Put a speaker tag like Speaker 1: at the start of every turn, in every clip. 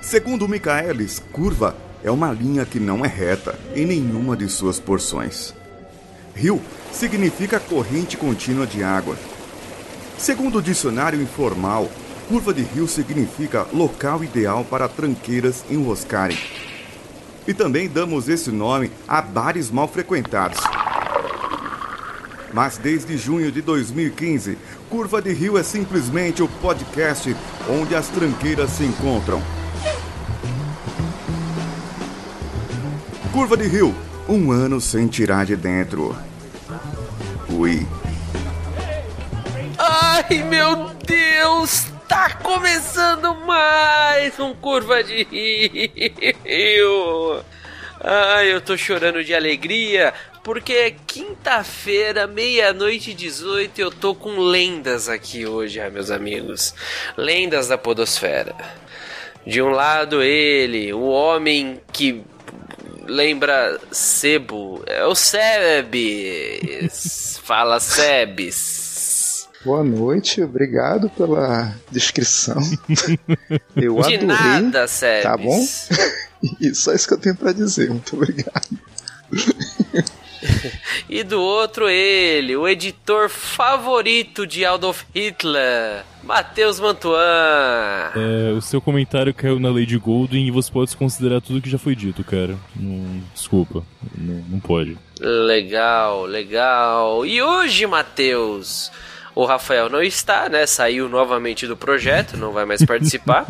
Speaker 1: Segundo Michaelis, curva é uma linha que não é reta em nenhuma de suas porções. Rio significa corrente contínua de água. Segundo o dicionário informal, curva de rio significa local ideal para tranqueiras enroscarem. E também damos esse nome a bares mal frequentados. Mas desde junho de 2015, Curva de Rio é simplesmente o podcast onde as tranqueiras se encontram. Curva de Rio, um ano sem tirar de dentro. Ui.
Speaker 2: Ai meu Deus! Tá começando mais um Curva de Rio! Ai, eu tô chorando de alegria, porque é quinta-feira, meia-noite 18, eu tô com lendas aqui hoje, ah, meus amigos. Lendas da Podosfera. De um lado, ele, o homem que lembra sebo, é o Seb, fala Sebes.
Speaker 3: Boa noite, obrigado pela descrição.
Speaker 2: Eu De adorei. nada, Sebes.
Speaker 3: Tá bom? E só isso que eu tenho para dizer, muito obrigado.
Speaker 2: e do outro ele, o editor favorito de Adolf Hitler, Matheus Mantuan.
Speaker 4: É, o seu comentário caiu na Lady Golden e você pode considerar tudo que já foi dito, cara. Não, desculpa, não, não pode.
Speaker 2: Legal, legal. E hoje, Matheus, o Rafael não está, né? Saiu novamente do projeto, não vai mais participar.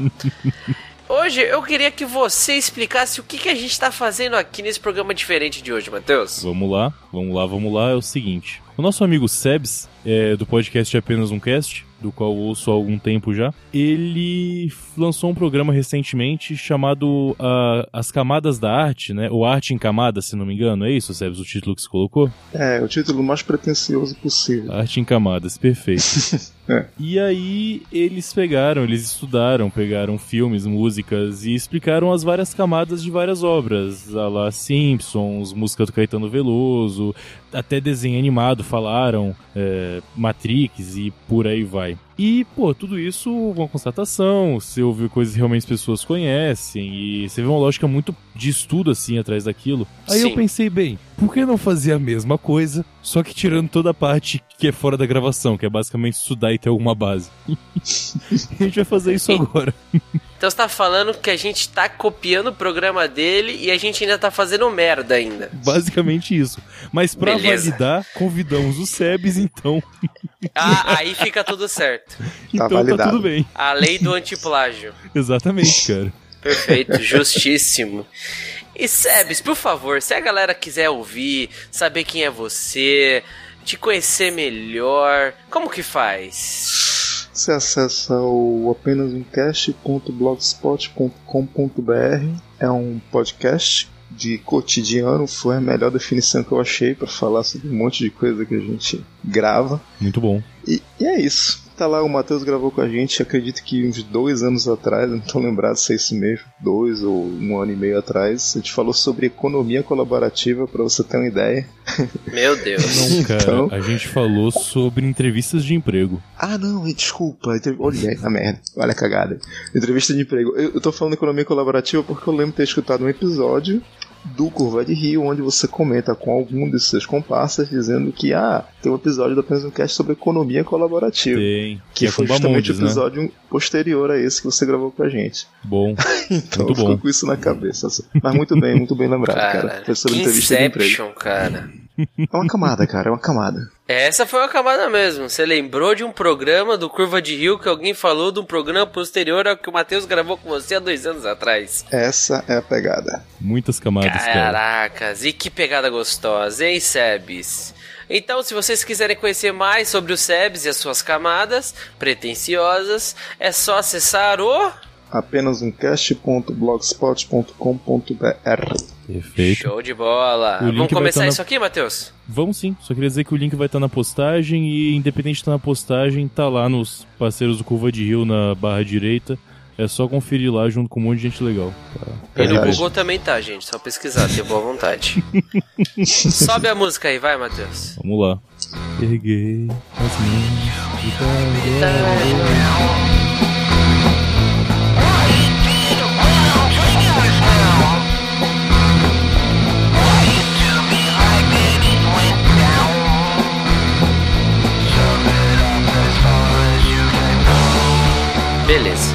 Speaker 2: Hoje eu queria que você explicasse o que, que a gente está fazendo aqui nesse programa diferente de hoje, Matheus.
Speaker 4: Vamos lá, vamos lá, vamos lá. É o seguinte: o nosso amigo Sebs, é, do podcast Apenas um Cast, do qual ouço há algum tempo já, ele lançou um programa recentemente chamado uh, As Camadas da Arte, né? Ou Arte em Camadas, se não me engano, é isso, Sebs, o título que se colocou?
Speaker 3: É, o título mais pretensioso possível.
Speaker 4: Arte em Camadas, perfeito.
Speaker 3: É.
Speaker 4: E aí eles pegaram, eles estudaram, pegaram filmes, músicas e explicaram as várias camadas de várias obras, a lá Simpsons, música do Caetano Veloso, até desenho animado falaram, é, Matrix e por aí vai. E, pô, tudo isso uma constatação, você ouve coisas que realmente as pessoas conhecem, e você vê uma lógica muito de estudo, assim, atrás daquilo. Aí
Speaker 2: Sim.
Speaker 4: eu pensei, bem, por que não fazer a mesma coisa, só que tirando toda a parte que é fora da gravação, que é basicamente estudar e ter alguma base? a gente vai fazer isso agora.
Speaker 2: Então você tá falando que a gente tá copiando o programa dele e a gente ainda tá fazendo merda ainda.
Speaker 4: Basicamente isso. Mas pra
Speaker 2: Beleza.
Speaker 4: validar, convidamos o Sebes, então.
Speaker 2: Ah, aí fica tudo certo.
Speaker 4: então tá
Speaker 3: validado.
Speaker 4: tudo bem.
Speaker 2: A lei do antiplágio.
Speaker 4: Exatamente, cara.
Speaker 2: Perfeito, justíssimo. E Sebes, por favor, se a galera quiser ouvir, saber quem é você, te conhecer melhor, como que faz?
Speaker 3: Você acessa o apenasumcast.blogspot.com.br. É um podcast de cotidiano, foi a melhor definição que eu achei para falar sobre um monte de coisa que a gente grava.
Speaker 4: Muito bom.
Speaker 3: E, e é isso. Tá lá, o Matheus gravou com a gente, acredito que uns dois anos atrás, não tô lembrado se é isso mesmo, dois ou um ano e meio atrás, a gente falou sobre economia colaborativa, para você ter uma ideia.
Speaker 2: Meu Deus.
Speaker 4: Não, cara,
Speaker 3: Então-
Speaker 4: a gente falou sobre entrevistas de emprego.
Speaker 3: Ah, não, e desculpa. entre- Olha a merda. Olha a cagada. Entrevista de emprego. Eu, eu tô falando economia colaborativa porque eu lembro ter escutado um episódio do Curva de Rio, onde você comenta com algum dos seus comparsas dizendo que, ah, tem um episódio do Apenas um Cast sobre economia colaborativa.
Speaker 4: Tem.
Speaker 3: Que
Speaker 4: é
Speaker 3: foi
Speaker 4: com
Speaker 3: justamente o
Speaker 4: Bamondes, né?
Speaker 3: episódio posterior a esse que você gravou com a gente.
Speaker 4: Bom.
Speaker 3: Então
Speaker 4: Muito
Speaker 3: ficou
Speaker 4: bom.
Speaker 3: com isso na cabeça. assim. Mas muito bem, muito bem lembrado, cara.
Speaker 2: Cara,
Speaker 3: Foi sobre
Speaker 2: que
Speaker 3: entrevista de emprego.
Speaker 2: Inception, cara.
Speaker 3: É uma camada, cara, é uma camada.
Speaker 2: Essa foi uma camada mesmo. Você lembrou de um programa do Curva de Rio que alguém falou de um programa posterior ao que o Matheus gravou com você há dois anos atrás.
Speaker 3: Essa é a pegada.
Speaker 4: Muitas camadas, cara.
Speaker 2: Caracas, e que pegada gostosa, hein, Sebes? Então, se vocês quiserem conhecer mais sobre o Sebes e as suas camadas pretensiosas, é só acessar o...
Speaker 3: apenas um cast.blogspot.com.br.
Speaker 4: Perfeito.
Speaker 2: Show de bola!
Speaker 4: O link
Speaker 2: Vamos
Speaker 4: vai
Speaker 2: começar
Speaker 4: tá na-
Speaker 2: isso aqui, Matheus?
Speaker 4: Vamos sim. Só queria dizer que o link vai estar na postagem e, independente de estar na postagem, tá lá nos parceiros do Curva de Rio na barra direita. É só conferir lá junto com um monte de gente legal.
Speaker 2: E no
Speaker 3: Verdade.
Speaker 2: Google também tá, gente. Só pesquisar, ter boa vontade. Sobe a música aí, vai, Matheus.
Speaker 4: Vamos lá. Erguei as mãos.
Speaker 2: Tá. Beleza.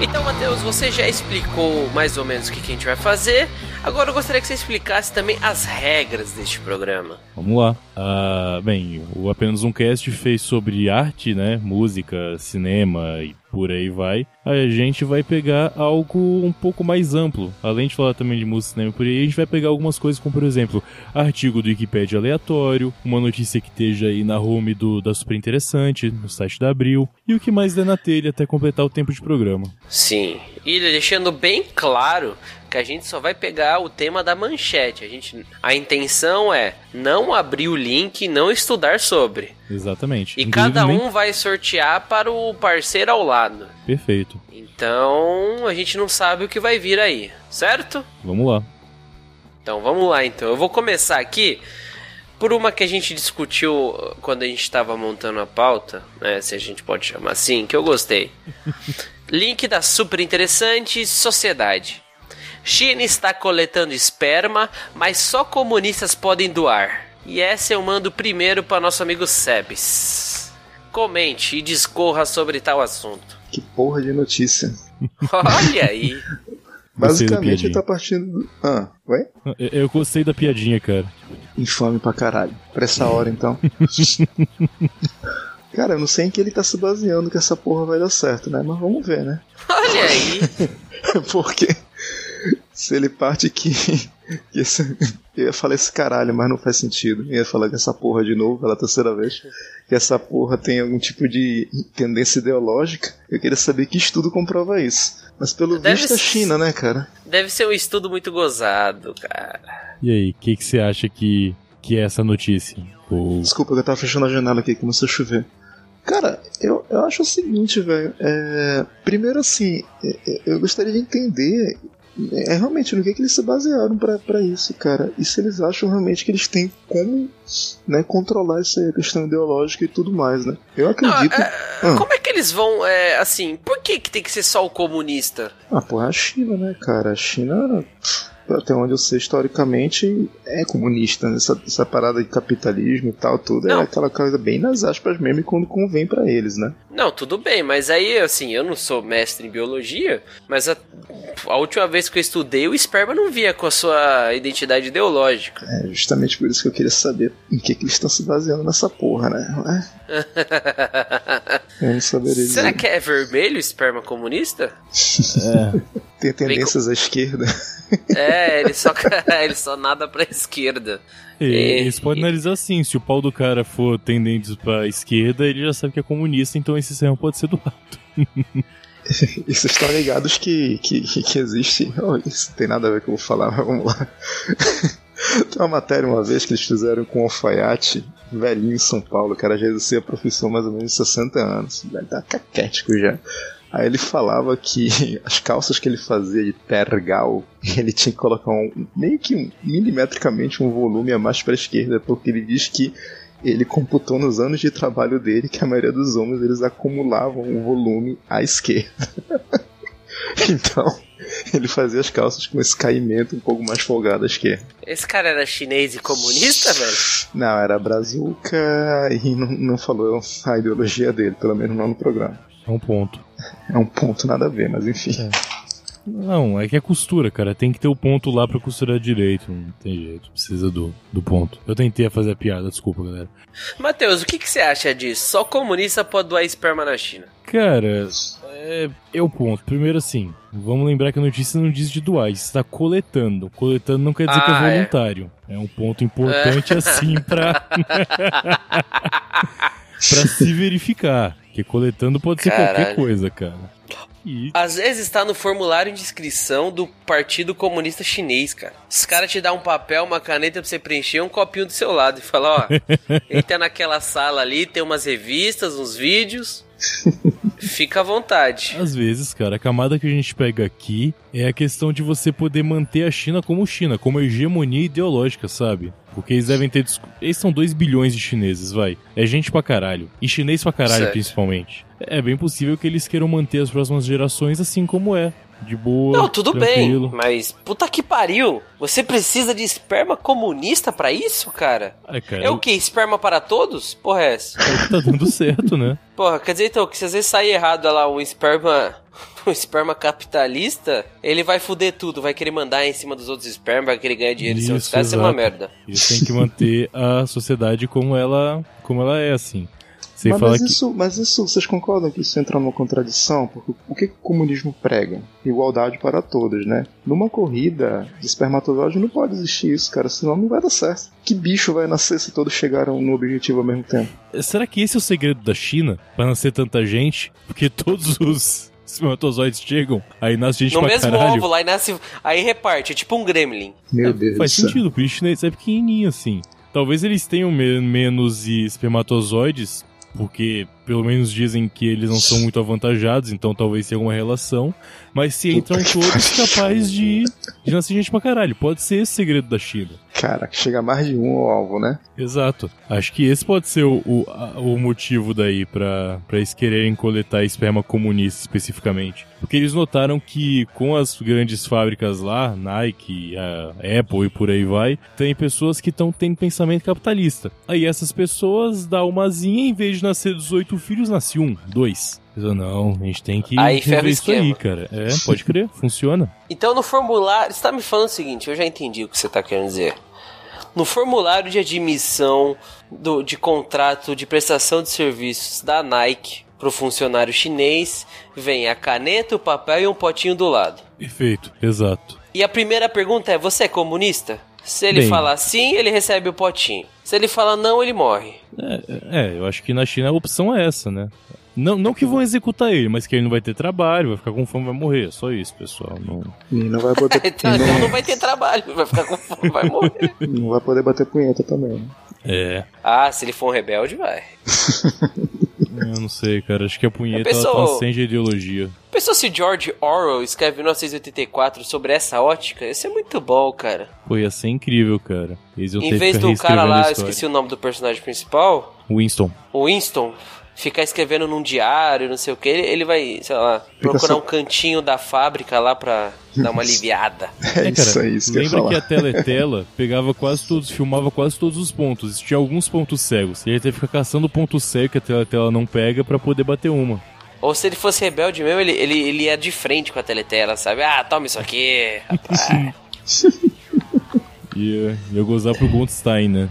Speaker 2: Então, Matheus, você já explicou mais ou menos o que, que a gente vai fazer. Agora eu gostaria que você explicasse também as regras deste programa.
Speaker 4: Vamos lá. Ah, bem, o Apenas Um Cast fez sobre arte, né? Música, cinema e por aí vai. A gente vai pegar algo um pouco mais amplo. Além de falar também de música, cinema e por aí, a gente vai pegar algumas coisas como, por exemplo, artigo do Wikipedia aleatório, uma notícia que esteja aí na home do, da Super Interessante, no site da Abril, e o que mais der na telha até completar o tempo de programa.
Speaker 2: Sim, e deixando bem claro que a gente só vai pegar o tema da manchete. A, gente, a intenção é não abrir o link e não estudar sobre.
Speaker 4: Exatamente.
Speaker 2: E
Speaker 4: Inclusive,
Speaker 2: cada
Speaker 4: nem-
Speaker 2: um vai sortear para o parceiro ao lado.
Speaker 4: Perfeito.
Speaker 2: Então a gente não sabe o que vai vir aí, certo?
Speaker 4: Vamos lá.
Speaker 2: Então vamos lá então. Eu vou começar aqui por uma que a gente discutiu uh, quando a gente estava montando a pauta, né, se a gente pode chamar assim, que eu gostei. Link da super interessante sociedade. China está coletando esperma, mas só comunistas podem doar. E essa eu mando primeiro para nosso amigo Sebes. Comente e discorra sobre tal assunto.
Speaker 3: Que porra de notícia.
Speaker 2: Olha aí.
Speaker 4: Gostei da
Speaker 3: Basicamente ele
Speaker 4: piadinha.
Speaker 3: tá partindo do. Ah, ué?
Speaker 4: Eu, eu gostei da piadinha, cara.
Speaker 3: Infame pra caralho. Pra essa hora então. Cara, eu não sei em que ele tá se baseando que essa porra vai dar certo, né? Mas vamos ver, né?
Speaker 2: Olha aí.
Speaker 3: Porque se ele parte que. que esse- Eu ia falar esse caralho, mas não faz sentido. Eu ia falar que essa porra de novo, pela terceira vez. Que essa porra tem algum tipo de tendência ideológica. Eu queria saber que estudo comprova isso. Mas pelo
Speaker 2: Deve
Speaker 3: visto é
Speaker 2: ser-
Speaker 3: China, né, cara?
Speaker 2: Deve ser um estudo muito gozado, cara.
Speaker 4: E aí, o que, que você acha que, que é essa notícia? Ou-
Speaker 3: Desculpa, eu tava fechando a janela aqui, começou a chover. Cara, eu, eu acho o seguinte, velho. é, primeiro, assim, é, é, eu gostaria de entender é, realmente no que, que eles se basearam pra pra isso, cara. E se eles acham realmente que eles têm como né, controlar essa questão ideológica e tudo mais, né? Eu acredito.
Speaker 2: Ah,
Speaker 3: Ah.
Speaker 2: Como é que eles vão, é, assim, por que, que tem que ser só o comunista?
Speaker 3: Ah, pô, é a China, né, cara? A China, até onde eu sei, historicamente, é comunista, né? Essa, essa parada de capitalismo e tal, tudo.
Speaker 2: Não.
Speaker 3: É aquela coisa bem nas aspas mesmo e quando convém pra eles, né?
Speaker 2: Não, tudo bem, mas aí, assim, eu não sou mestre em biologia, mas a, a última vez que eu estudei, o esperma não via com a sua identidade ideológica.
Speaker 3: É justamente por isso que eu queria saber em que, que eles estão se baseando nessa porra, né? É, Eu não saberia
Speaker 2: Será
Speaker 3: dizer.
Speaker 2: que é vermelho o esperma comunista?
Speaker 3: Tem tendências à esquerda.
Speaker 2: É, ele só, ele só nada pra esquerda.
Speaker 4: É,
Speaker 2: É,
Speaker 4: eles podem
Speaker 2: e-
Speaker 4: analisar assim, se o pau do cara for tendente pra esquerda, ele já sabe que é comunista, então esse serrão pode ser do
Speaker 3: E vocês estão ligados que, que, que existe. Oh, isso tem nada a ver com o que eu vou falar, mas vamos lá. Tem uma matéria uma vez que eles fizeram com um alfaiate velhinho em São Paulo, que era já exercia a profissão mais ou menos de 60 anos. Ele tá caquético já. Aí ele falava que as calças que ele fazia de tergal, ele tinha que colocar um, meio que um- milimetricamente um volume a mais para esquerda, porque ele diz que ele computou nos anos de trabalho dele que a maioria dos homens eles acumulavam o volume à esquerda. então, ele fazia as calças com esse caimento um pouco mais folgado à esquerda.
Speaker 2: Esse cara era chinês e comunista, velho?
Speaker 3: Não, era brazuca e não, não falou a ideologia dele, pelo menos não no programa.
Speaker 4: É um ponto.
Speaker 3: É um ponto nada a ver, mas enfim.
Speaker 4: Não, é que é costura, cara. Tem que ter o ponto lá pra costurar direito. Não tem jeito. Precisa do, do ponto. Eu tentei fazer a piada, desculpa, galera.
Speaker 2: Matheus, o que, que você acha disso? Só comunista pode doar esperma na China.
Speaker 4: Cara, é, é o ponto. Primeiro assim, vamos lembrar que a notícia não diz de doar, está coletando. Coletando não quer dizer que
Speaker 2: Ah,
Speaker 4: é
Speaker 2: é.
Speaker 4: voluntário. É, um ponto importante assim pra. pra se verificar. Porque coletando pode ser
Speaker 2: Caralho.
Speaker 4: qualquer coisa, cara. E
Speaker 2: Às vezes está no formulário de inscrição do Partido Comunista Chinês, cara. Os caras te dão um papel, uma caneta pra você preencher, um copinho do seu lado e fala, ó, ele tá naquela sala ali, tem umas revistas, uns vídeos. Fica à vontade.
Speaker 4: Às vezes, cara, a camada que a gente pega aqui é a questão de você poder manter a China como China, como hegemonia ideológica, sabe? Porque eles devem ter. discu- Eles são 2 bilhões de chineses, vai. É gente pra caralho. E chinês pra caralho,
Speaker 2: Certo.
Speaker 4: principalmente. É bem possível que eles queiram manter as próximas gerações assim como é. de boa.
Speaker 2: Não, tudo
Speaker 4: tranquilo.
Speaker 2: bem, mas puta que pariu. Você precisa de esperma comunista pra isso, cara?
Speaker 4: É, cara,
Speaker 2: É o que? Esperma para todos? Porra, é essa?
Speaker 4: tá dando certo, né?
Speaker 2: Porra, quer dizer então que se às vezes sair errado olha lá um esperma. Um esperma capitalista, ele vai fuder tudo, vai querer mandar em cima dos outros espermas, vai querer ganhar dinheiro em cima dos
Speaker 4: Isso,
Speaker 2: caras, isso é uma
Speaker 4: exato.
Speaker 2: merda.
Speaker 4: Isso tem que manter a sociedade como ela, como ela é, assim. Sem
Speaker 3: Mas,
Speaker 4: falar
Speaker 3: mas
Speaker 4: que.
Speaker 3: isso, mas isso, vocês concordam que isso entra numa contradição? Porque o que, que o comunismo prega? Igualdade para todos, né? Numa corrida de espermatozoide não pode existir isso, cara, senão não vai dar certo. Que bicho vai nascer se todos chegaram no objetivo ao mesmo tempo?
Speaker 4: Será que esse é o segredo da China? Pra nascer tanta gente? Porque todos os espermatozoides chegam, aí nasce gente
Speaker 2: No
Speaker 4: pra
Speaker 2: mesmo
Speaker 4: caralho.
Speaker 2: ovo lá e nasce. Aí reparte, é tipo um gremlin.
Speaker 3: Meu Deus
Speaker 4: É, Faz
Speaker 3: do céu.
Speaker 4: sentido, porque o chinês é pequenininho assim. Talvez eles tenham me- menos espermatozoides, porque pelo menos dizem que eles não são muito avantajados, então talvez tenha alguma relação. Mas se
Speaker 3: Puta
Speaker 4: entram
Speaker 3: que
Speaker 4: todos
Speaker 3: pariu.
Speaker 4: capazes de, de nascer gente pra caralho. Pode ser esse o segredo da China.
Speaker 3: Cara, chega mais de um ao alvo, né?
Speaker 4: Exato. Acho que esse pode ser o, o, a- o motivo daí pra pra eles quererem coletar esperma comunista especificamente. Porque eles notaram que com as grandes fábricas lá, Nike, a Apple e por aí vai, tem pessoas que estão tendo pensamento capitalista. Aí essas pessoas dá uma asinha, em vez de nascer 18 filhos, nasce um, dois. Mas não, a gente tem que
Speaker 2: Aí ferra o
Speaker 4: rever isso aí,
Speaker 2: esquema.
Speaker 4: cara. É, pode crer, funciona.
Speaker 2: Então no formulário. Você tá me falando o seguinte, eu já entendi o que você tá querendo dizer. No formulário de admissão do, de contrato de prestação de serviços da Nike pro funcionário chinês, vem a caneta, o papel e um potinho do lado.
Speaker 4: Perfeito, exato.
Speaker 2: E a primeira pergunta é: você é comunista? Se ele
Speaker 4: Bem.
Speaker 2: falar sim, ele recebe o potinho. Se ele falar não, ele morre.
Speaker 4: É, eu acho que na China a opção é essa, né? Não, não que vão executar ele, mas que ele não vai ter trabalho, vai ficar com fome, vai morrer. É Só isso, pessoal. Não...
Speaker 3: E não vai poder,
Speaker 2: Então,
Speaker 4: Né?
Speaker 2: então não vai ter trabalho, vai ficar com fome, vai morrer.
Speaker 3: não vai poder bater punheta também. né?
Speaker 4: É,
Speaker 2: Ah, se ele for um rebelde, vai.
Speaker 4: eu não sei, cara. Acho que a punheta
Speaker 2: Eu penso-
Speaker 4: ela transcende a ideologia.
Speaker 2: Pensou se George Orwell escreve em 1984 sobre essa ótica? Isso é muito bom, cara.
Speaker 4: Pô, ia ser incrível, cara. Eles iam ter
Speaker 2: em
Speaker 4: que
Speaker 2: vez
Speaker 4: ficar
Speaker 2: do cara
Speaker 4: reescrevendo
Speaker 2: lá,
Speaker 4: a
Speaker 2: eu
Speaker 4: história.
Speaker 2: esqueci o nome do personagem principal,
Speaker 4: Winston.
Speaker 2: o Winston, ficar escrevendo num diário, não sei o que, ele, ele vai, sei lá, procurar
Speaker 3: só-
Speaker 2: um cantinho da fábrica lá pra dar uma aliviada.
Speaker 3: É,
Speaker 4: É, cara,
Speaker 3: isso aí, isso que eu ia
Speaker 4: lembra que
Speaker 3: falar.
Speaker 4: a Teletela pegava quase todos, filmava quase todos os pontos. Tinha alguns pontos cegos. E ele teve que ficar caçando o ponto cego que a Teletela não pega pra poder bater uma.
Speaker 2: Ou se ele fosse rebelde mesmo, ele, ele, ele ia de frente com a teletela, sabe? Ah, toma isso aqui, rapaz.
Speaker 4: E ia, ia gozar pro Goldstein, né?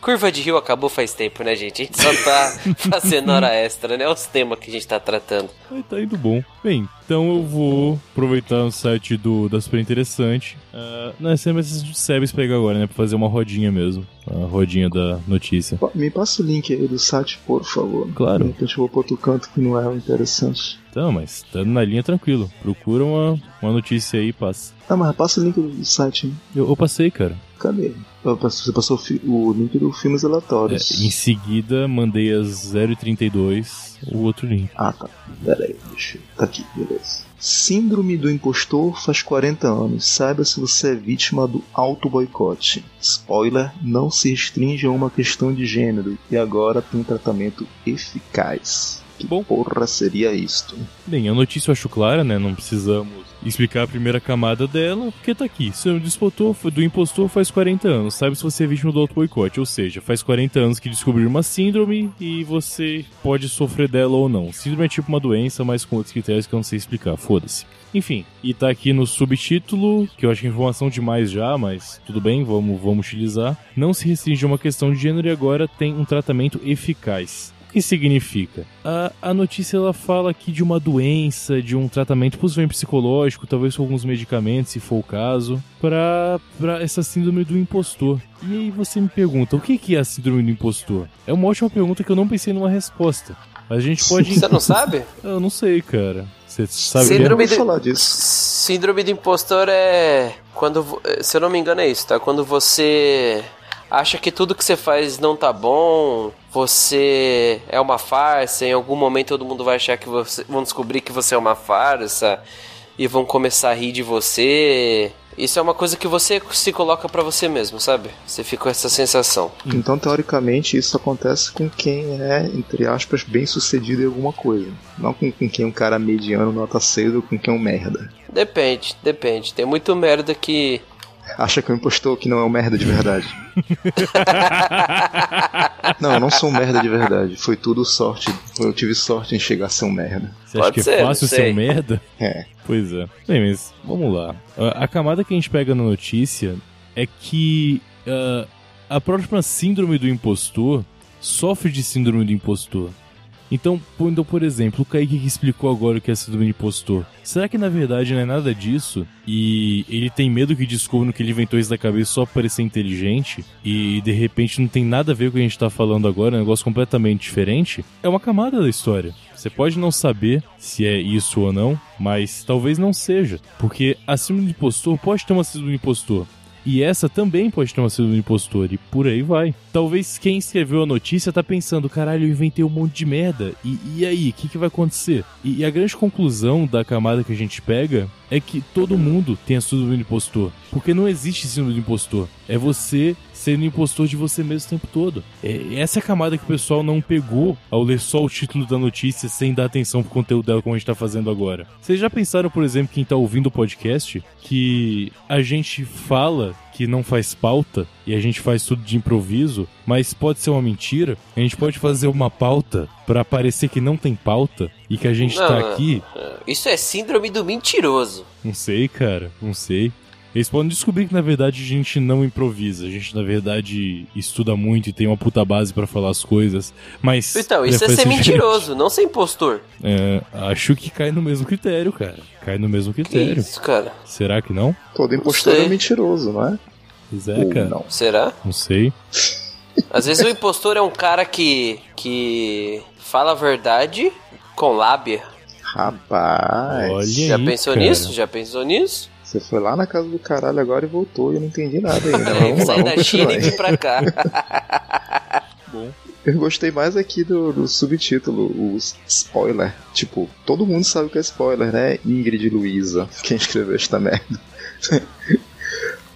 Speaker 2: Curva de Rio acabou faz tempo, né, gente? A gente só tá fazendo hora extra, né? Os temas que a gente tá tratando.
Speaker 4: Aí tá indo bom. Bem, então eu vou aproveitar o site do, da Super Interessante. Ah, não, esse é mais do Sebes pega agora, né? Pra fazer uma rodinha mesmo. A rodinha da notícia.
Speaker 3: Pa- Me passa o link aí do site, por favor.
Speaker 4: Claro.
Speaker 3: De repente eu vou pro outro canto que não é o interessante.
Speaker 4: Então, mas tá na linha tranquilo. Procura uma, uma notícia aí e passa.
Speaker 3: Ah, mas passa o link do site, hein?
Speaker 4: Eu, eu passei, cara.
Speaker 3: Cadê? Eu passo- Você passou o, fi- o link do Filmes
Speaker 4: É,
Speaker 3: Aleatórios.
Speaker 4: em seguida, mandei as 032 o outro link.
Speaker 3: Ah, tá. Pera aí, deixa eu... Tá aqui, beleza. Síndrome do impostor faz 40 anos. Saiba se você é vítima do auto-boicote. Spoiler, não se restringe a uma questão de gênero. E agora tem tratamento eficaz. Que
Speaker 4: Bom.
Speaker 3: porra seria isto?
Speaker 4: Bem, a notícia eu acho clara, né? Não precisamos explicar a primeira camada dela, porque tá aqui. Seu disputor do impostor faz 40 anos. Sabe se você é vítima do auto-boicote, ou seja, faz 40 anos que descobriu uma síndrome e você pode sofrer dela ou não. Síndrome é tipo uma doença, mas com outros critérios que eu não sei explicar. Foda-se. Enfim, e tá aqui no subtítulo, que eu acho que é informação demais já, mas tudo bem, vamos, vamos utilizar. Não se restringe a uma questão de gênero e agora tem um tratamento eficaz. O que significa? A, a notícia ela fala aqui de uma doença, de um tratamento possivelmente psicológico, talvez com alguns medicamentos, se for o caso, pra pra essa síndrome do impostor. E aí você me pergunta, o que que é a síndrome do impostor? É uma ótima pergunta que eu não pensei numa resposta. Mas a gente pode.
Speaker 2: Você não sabe?
Speaker 4: Eu não sei, cara. Você sabe? o que é?
Speaker 2: Síndrome
Speaker 3: Eu
Speaker 2: do-
Speaker 3: ouvi falar disso.
Speaker 2: Síndrome do impostor é quando, vo- se eu não me engano é isso, tá? Quando você acha que tudo que você faz não tá bom, você é uma farsa, em algum momento todo mundo vai achar que você, vão descobrir que você é uma farsa e vão começar a rir de você. Isso é uma coisa que você se coloca pra você mesmo, sabe? Você fica com essa sensação.
Speaker 4: Hum.
Speaker 3: Então, teoricamente, isso acontece com quem é, entre aspas, bem sucedido em alguma coisa. Não com, com quem é um cara mediano, nota 6 ou com quem é um merda.
Speaker 2: Depende, depende. Tem muito merda que.
Speaker 3: Acha que é um impostor que não é um merda de verdade. não, eu não sou um merda de verdade. Foi tudo sorte. Eu tive sorte em chegar a ser um merda.
Speaker 4: Você acha
Speaker 2: Pode
Speaker 4: que
Speaker 2: ser,
Speaker 4: é
Speaker 2: não
Speaker 4: fácil ser
Speaker 2: sei.
Speaker 4: um merda?
Speaker 3: É.
Speaker 4: Pois é. Bem, mas vamos lá. A, a camada que a gente pega na notícia é que ah, a própria síndrome do impostor sofre de síndrome do impostor. Então, pô, então, por exemplo, o Kaique que explicou agora o que é síndrome do impostor. Será que na verdade não é nada disso? E ele tem medo que descubram que ele inventou isso da cabeça só pra parecer inteligente? E de repente não tem nada a ver com o que a gente tá falando agora, é um negócio completamente diferente? É uma camada da história. Você pode não saber se é isso ou não, mas talvez não seja. Porque a síndrome do impostor pode ter uma síndrome do impostor. E essa também pode ter uma síndrome do impostor, e por aí vai. Talvez quem escreveu a notícia tá pensando, caralho, eu inventei um monte de merda, e, e aí, o que, que vai acontecer? E, e a grande conclusão da camada que a gente pega é que todo mundo tem a síndrome do impostor, porque não existe síndrome do impostor. É você sendo impostor de você mesmo o tempo todo. É, essa é a camada que o pessoal não pegou ao ler só o título da notícia sem dar atenção pro conteúdo dela como a gente tá fazendo agora. Vocês já pensaram, por exemplo, quem tá ouvindo o podcast, que a gente fala que não faz pauta e a gente faz tudo de improviso, mas pode ser uma mentira? A gente pode fazer uma pauta pra parecer que não tem pauta e que a gente
Speaker 2: Não,
Speaker 4: tá
Speaker 2: não.
Speaker 4: aqui
Speaker 2: Isso é síndrome do mentiroso.
Speaker 4: não sei, cara, não sei. Eles podem descobrir que na verdade a gente não improvisa, a gente na verdade estuda muito e tem uma puta base pra falar as coisas, mas.
Speaker 2: Então, isso é
Speaker 4: depois
Speaker 2: ser
Speaker 4: a gente-
Speaker 2: mentiroso, não ser impostor.
Speaker 4: É, acho que cai no mesmo critério, cara. Cai no mesmo
Speaker 2: Que
Speaker 4: critério.
Speaker 2: isso, cara?
Speaker 4: Será que não?
Speaker 3: Todo impostor
Speaker 2: sei.
Speaker 3: é mentiroso, não é?
Speaker 4: Pois é,
Speaker 3: Ou
Speaker 4: cara.
Speaker 3: não.
Speaker 2: Será?
Speaker 4: Não sei.
Speaker 2: Às vezes o impostor é um cara que. que fala a verdade com lábia.
Speaker 3: Rapaz.
Speaker 4: Olha. E
Speaker 2: Já
Speaker 4: aí,
Speaker 2: pensou
Speaker 4: cara?
Speaker 2: nisso? Já pensou nisso?
Speaker 3: Você foi lá na casa do caralho agora e voltou e eu não entendi nada ainda.
Speaker 2: Peraí,
Speaker 3: É,
Speaker 2: É,
Speaker 3: Vamos lá, Tá
Speaker 2: sai
Speaker 3: vamos
Speaker 2: da China e
Speaker 3: continuar.
Speaker 2: vem pra cá.
Speaker 3: Eu gostei mais aqui do, do subtítulo, o s- spoiler. Tipo, todo mundo sabe o que é spoiler, né? Ingrid Luiza, quem escreveu esta merda.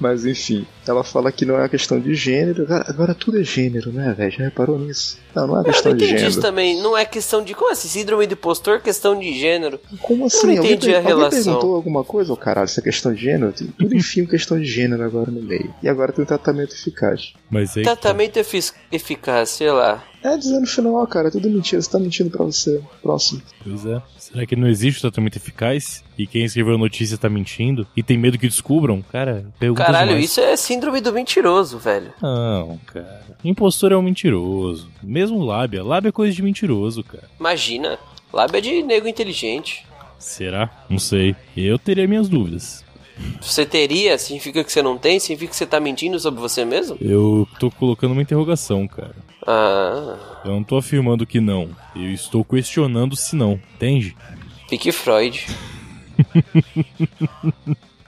Speaker 3: Mas enfim, ela fala que não é uma questão de gênero. Cara, Agora tudo é gênero, né, velho? Já reparou nisso? Não, não é uma
Speaker 2: Eu não
Speaker 3: questão de
Speaker 2: entendi isso
Speaker 3: gênero.
Speaker 2: também. Não é questão de. Como assim? Síndrome do impostor, questão de gênero.
Speaker 3: Como assim? Alguém,
Speaker 2: entendi a
Speaker 3: alguém
Speaker 2: relação.
Speaker 3: perguntou alguma coisa? Ô caralho, isso é questão de gênero? Tem Tudo enfim questão de gênero agora no meio. E agora tem um tratamento eficaz.
Speaker 4: Mas é aí.
Speaker 2: Tratamento efic- eficaz, sei lá.
Speaker 3: É dizer no final, ó, cara, é tudo mentira, você tá mentindo pra você. Próximo.
Speaker 4: Pois é. Será que não existe tratamento eficaz? E quem escreveu a notícia tá mentindo? E tem medo que descubram? Cara, pergunta
Speaker 2: Caralho,
Speaker 4: demais.
Speaker 2: isso é síndrome do mentiroso, velho.
Speaker 4: Não, cara. Impostor é um mentiroso. Mesmo lábia. Lábia é coisa de mentiroso, cara.
Speaker 2: Imagina. Lábia de nego inteligente.
Speaker 4: Será? Não sei. Eu teria minhas dúvidas.
Speaker 2: Você teria, significa que você não tem? Significa que você tá mentindo sobre você mesmo?
Speaker 4: Eu tô colocando uma interrogação, cara.
Speaker 2: Ah,
Speaker 4: Eu não tô afirmando que não. Eu estou questionando se não, entende?
Speaker 2: Pique Freud.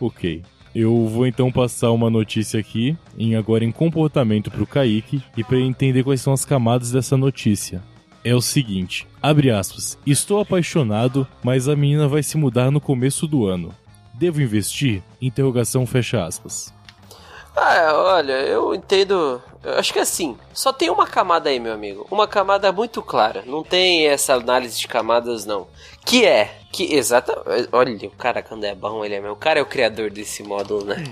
Speaker 4: Ok. Eu vou então passar uma notícia aqui, em agora em comportamento pro Kaique, e pra ele entender quais são as camadas dessa notícia. É o seguinte, abre aspas, estou apaixonado, mas a menina vai se mudar no começo do ano. Devo investir? Interrogação fecha aspas.
Speaker 2: Ah, olha, eu entendo. Eu acho que assim, só tem uma camada aí, meu amigo. Uma camada muito clara. Não tem essa análise de camadas, não. Que é. Que exata. Olha, o cara quando é bom, ele é meu. O cara é o criador desse módulo, né?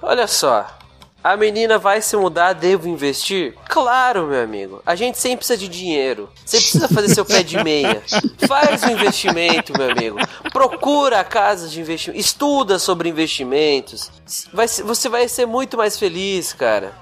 Speaker 2: Olha só. A menina vai se mudar, devo investir? Claro, meu amigo. A gente sempre precisa de dinheiro. Você precisa fazer seu pé de meia. Faz o investimento, meu amigo. Procura casas de investimento. Estuda sobre investimentos. Vai ser- você vai ser muito mais feliz, cara.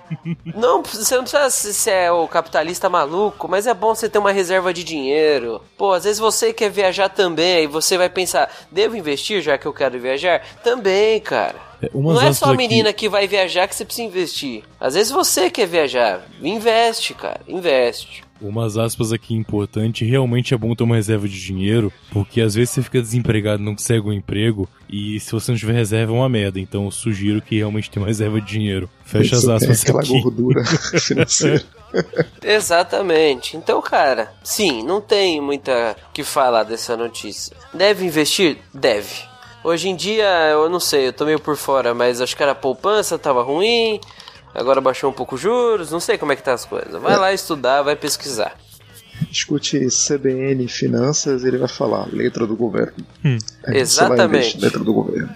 Speaker 2: Não, você não precisa se se é o capitalista maluco, mas é bom você ter uma reserva de dinheiro. Pô, às vezes você quer viajar também e você vai pensar, devo investir já que eu quero viajar? Também, cara.
Speaker 4: É, umas
Speaker 2: Não é
Speaker 4: aspas
Speaker 2: só a
Speaker 4: aqui-
Speaker 2: menina que vai viajar que você precisa investir. Às vezes você quer viajar. Investe, cara. Investe.
Speaker 4: Umas aspas aqui importante, realmente é bom ter uma reserva de dinheiro, porque às vezes você fica desempregado, não consegue um emprego, e se você não tiver reserva é uma merda, então eu sugiro que realmente tenha uma reserva de dinheiro. Fecha as
Speaker 3: Isso, é
Speaker 4: aspas
Speaker 3: Aquela
Speaker 4: aqui.
Speaker 3: gordura financeira.
Speaker 2: Exatamente. Então, cara, sim, não tem muita o que falar dessa notícia. Deve investir? Deve. Hoje em dia, eu não sei, eu tô meio por fora, mas acho que era poupança, tava ruim, agora baixou um pouco os juros, não sei como é que tá as coisas. Vai lá estudar, vai pesquisar.
Speaker 3: Escute CBN Finanças, ele vai falar letra do governo.
Speaker 4: Hum.
Speaker 3: Aí você vai
Speaker 2: Exatamente.
Speaker 3: investir Letra do governo.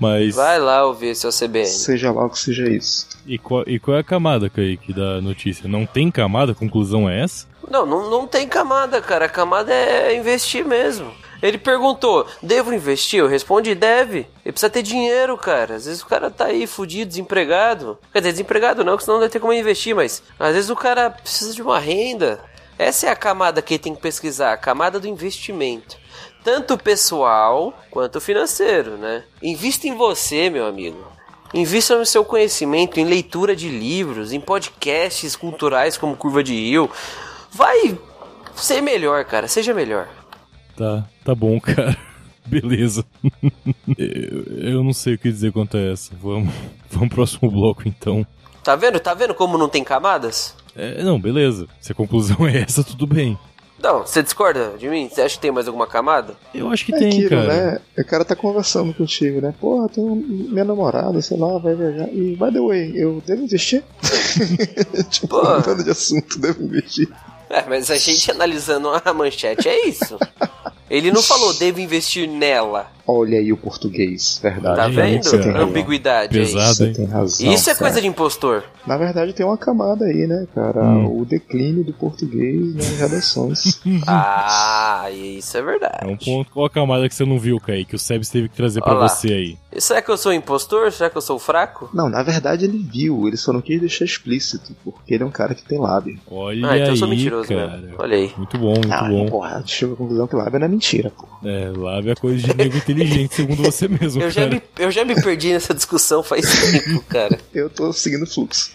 Speaker 4: Mas.
Speaker 2: Vai lá ouvir seu CBN.
Speaker 3: Seja lá o que seja isso.
Speaker 4: E qual, e qual é a camada, Kaique, da notícia? Não tem camada? A conclusão é essa?
Speaker 2: Não, não, não tem camada, cara. A camada é investir mesmo. Ele perguntou, devo investir? Eu respondi, deve. Ele precisa ter dinheiro, cara. Às vezes o cara tá aí fudido, desempregado. Quer dizer, desempregado não, que senão não vai ter como investir, mas às vezes o cara precisa de uma renda. Essa é a camada que ele tem que pesquisar, a camada do investimento. Tanto pessoal quanto financeiro, né? Invista em você, meu amigo. Invista no seu conhecimento, em leitura de livros, em podcasts culturais como Curva de Rio. Vai ser melhor, cara. Seja melhor.
Speaker 4: Tá, tá bom, cara. Beleza. eu, eu não sei o que dizer quanto a essa. Vamos, vamos pro próximo bloco, então.
Speaker 2: Tá vendo? Tá vendo como não tem camadas?
Speaker 4: É, não, beleza. Se a conclusão é essa, tudo bem.
Speaker 2: Não, você discorda de mim? Você acha que tem mais alguma camada?
Speaker 4: Eu acho que
Speaker 3: É
Speaker 4: tem,
Speaker 3: aquilo,
Speaker 4: cara.
Speaker 3: né? O cara tá conversando contigo, né? Porra, tem um- minha namorada, sei lá, vai viajar. E, by the way, eu devo investir? tipo,
Speaker 2: Pô.
Speaker 3: mudando de assunto, devo investir.
Speaker 2: É, mas a gente analisando a manchete é isso. Ele não falou devo investir nela.
Speaker 3: Olha aí o português, verdade.
Speaker 2: Tá
Speaker 4: Aí,
Speaker 2: vendo?
Speaker 4: você tem razão.
Speaker 2: Ambiguidade. é isso.
Speaker 4: Pesado,
Speaker 3: Você
Speaker 4: um hein?
Speaker 3: tem razão.
Speaker 2: Isso é
Speaker 3: cara.
Speaker 2: coisa de impostor.
Speaker 3: Na verdade, tem uma camada aí, né, cara?
Speaker 4: Hum.
Speaker 3: O declínio do português nas redações.
Speaker 2: Ah, isso é
Speaker 4: É um
Speaker 2: verdade.
Speaker 4: ponto. Qual a camada que você não viu, Kaique? O Sebs teve que trazer pra
Speaker 2: Olha lá.
Speaker 4: você aí.
Speaker 2: Será que eu sou impostor? Será que eu sou fraco?
Speaker 3: não, na verdade ele viu, ele só não quis deixar explícito, porque ele é um cara que tem lábia.
Speaker 4: Olha
Speaker 2: ah, então eu sou
Speaker 4: aí,
Speaker 2: mentiroso
Speaker 4: cara.
Speaker 2: mesmo. Olha aí.
Speaker 4: Muito bom, muito
Speaker 3: Ah,
Speaker 4: bom.
Speaker 3: porra, chega à conclusão que lábia não é mentira, pô.
Speaker 4: É, lábio é coisa de nego inteligente, segundo você mesmo,
Speaker 2: Eu já,
Speaker 4: cara.
Speaker 2: me, eu já me perdi nessa discussão faz tempo, cara.
Speaker 3: Eu tô seguindo o fluxo.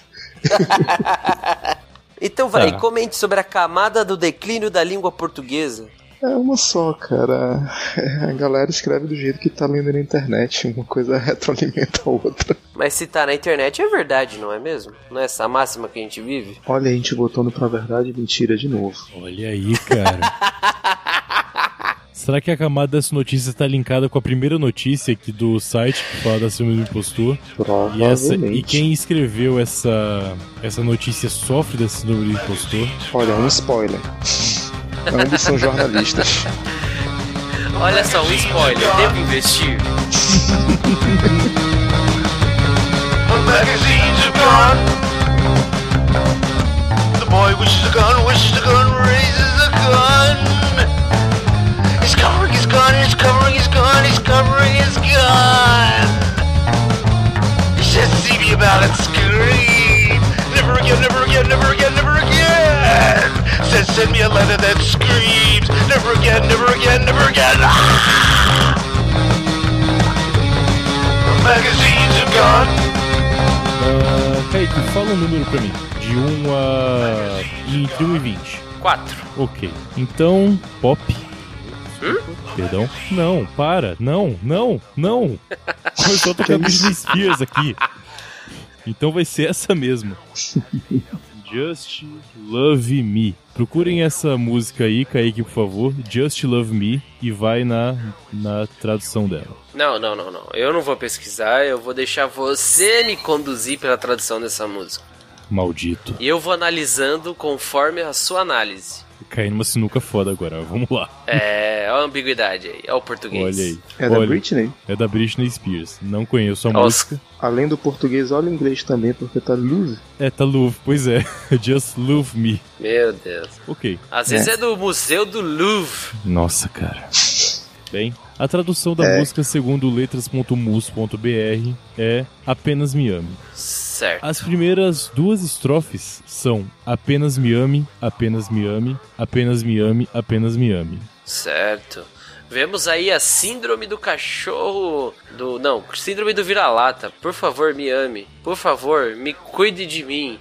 Speaker 2: Então vai,
Speaker 4: Tá.
Speaker 2: comente sobre a camada do declínio da língua portuguesa.
Speaker 3: É uma só, cara. A galera escreve do jeito que tá lendo na internet, uma coisa retroalimenta a outra.
Speaker 2: Mas se tá na internet é verdade, não é mesmo? Não é essa máxima que a gente vive?
Speaker 3: Olha, a gente botando pra verdade e mentira de novo.
Speaker 4: Olha aí, cara. Será que a camada dessa notícia está linkada com a primeira notícia aqui do site que fala da síndrome do impostor? E, essa,
Speaker 3: Provavelmente.
Speaker 4: e quem escreveu essa, essa notícia sofre da síndrome do impostor?
Speaker 3: Olha, um spoiler. É Ambos são jornalistas.
Speaker 2: Olha só, um spoiler, devo investir.
Speaker 5: The magazines are gone. The boy wishes a gun, wishes a gun, raises a gun. He's covering his gun, he's covering his gun, he's covering his gun. He says, see me about it, scream. Never again, never again, never again, never again. Says, send me a letter that screams. Never again, never again, never again. Ah! The magazines are gone.
Speaker 4: Ah, Kaique, fala um número pra mim. De 1 a. entre 1 e 20.
Speaker 2: Quatro.
Speaker 4: Ok. Então, pop. Perdão. Não, para. Não, não, não. Eu só tô com a Britney Spears aqui. Então vai ser essa mesmo. Just Love Me. Procurem essa música aí, Kaique, por favor. Just Love Me. E vai na, na tradução dela.
Speaker 2: Não, não, não, não. Eu não vou pesquisar, eu vou deixar você me conduzir pela tradução dessa música.
Speaker 4: Maldito.
Speaker 2: E eu vou analisando conforme a sua análise.
Speaker 4: Caí numa sinuca foda agora. Vamos lá.
Speaker 2: É, olha a ambiguidade aí, olha o português.
Speaker 4: Olha aí.
Speaker 3: É da
Speaker 4: Olha,
Speaker 3: Britney?
Speaker 4: É da Britney Spears. Não conheço a
Speaker 2: Olha os-
Speaker 4: música.
Speaker 3: Além do português, olha o inglês também, porque tá Louvre.
Speaker 4: É, tá Louvre, pois é. Just Love Me.
Speaker 2: Meu Deus.
Speaker 4: Ok.
Speaker 2: Às vezes é do Museu do Louvre.
Speaker 4: Nossa, cara. Bem, a tradução da
Speaker 3: É.
Speaker 4: música segundo letras.mus.br é Apenas Me Ame.
Speaker 2: Certo.
Speaker 4: As primeiras duas estrofes são Apenas Me Ame, Apenas Me Ame, Apenas Me Ame, Apenas Me Ame.
Speaker 2: Certo. Vemos aí a síndrome do cachorro do não, síndrome do vira-lata. Por favor, me ame. Por favor, me cuide de mim.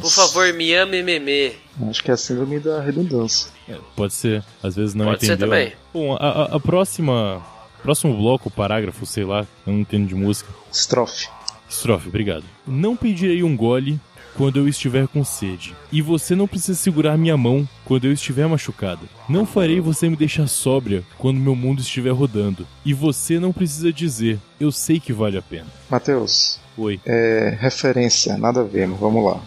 Speaker 2: Por favor, me ame, meme.
Speaker 3: Acho que é a síndrome da redundância.
Speaker 4: É, pode ser, às vezes não
Speaker 2: Pode ser
Speaker 4: entendeu.
Speaker 2: também.
Speaker 4: Bom, a, a- a próxima... Próximo bloco, parágrafo, sei lá, eu não entendo de música.
Speaker 3: Estrofe.
Speaker 4: Estrofe, obrigado. Não pedirei um gole, quando eu estiver com sede. E você não precisa segurar minha mão quando eu estiver machucado. Não farei você me deixar sóbria quando meu mundo estiver rodando. E você não precisa dizer, eu sei que vale a pena.
Speaker 3: Matheus,
Speaker 4: Oi.
Speaker 3: é, referência, nada a ver, mas vamos lá.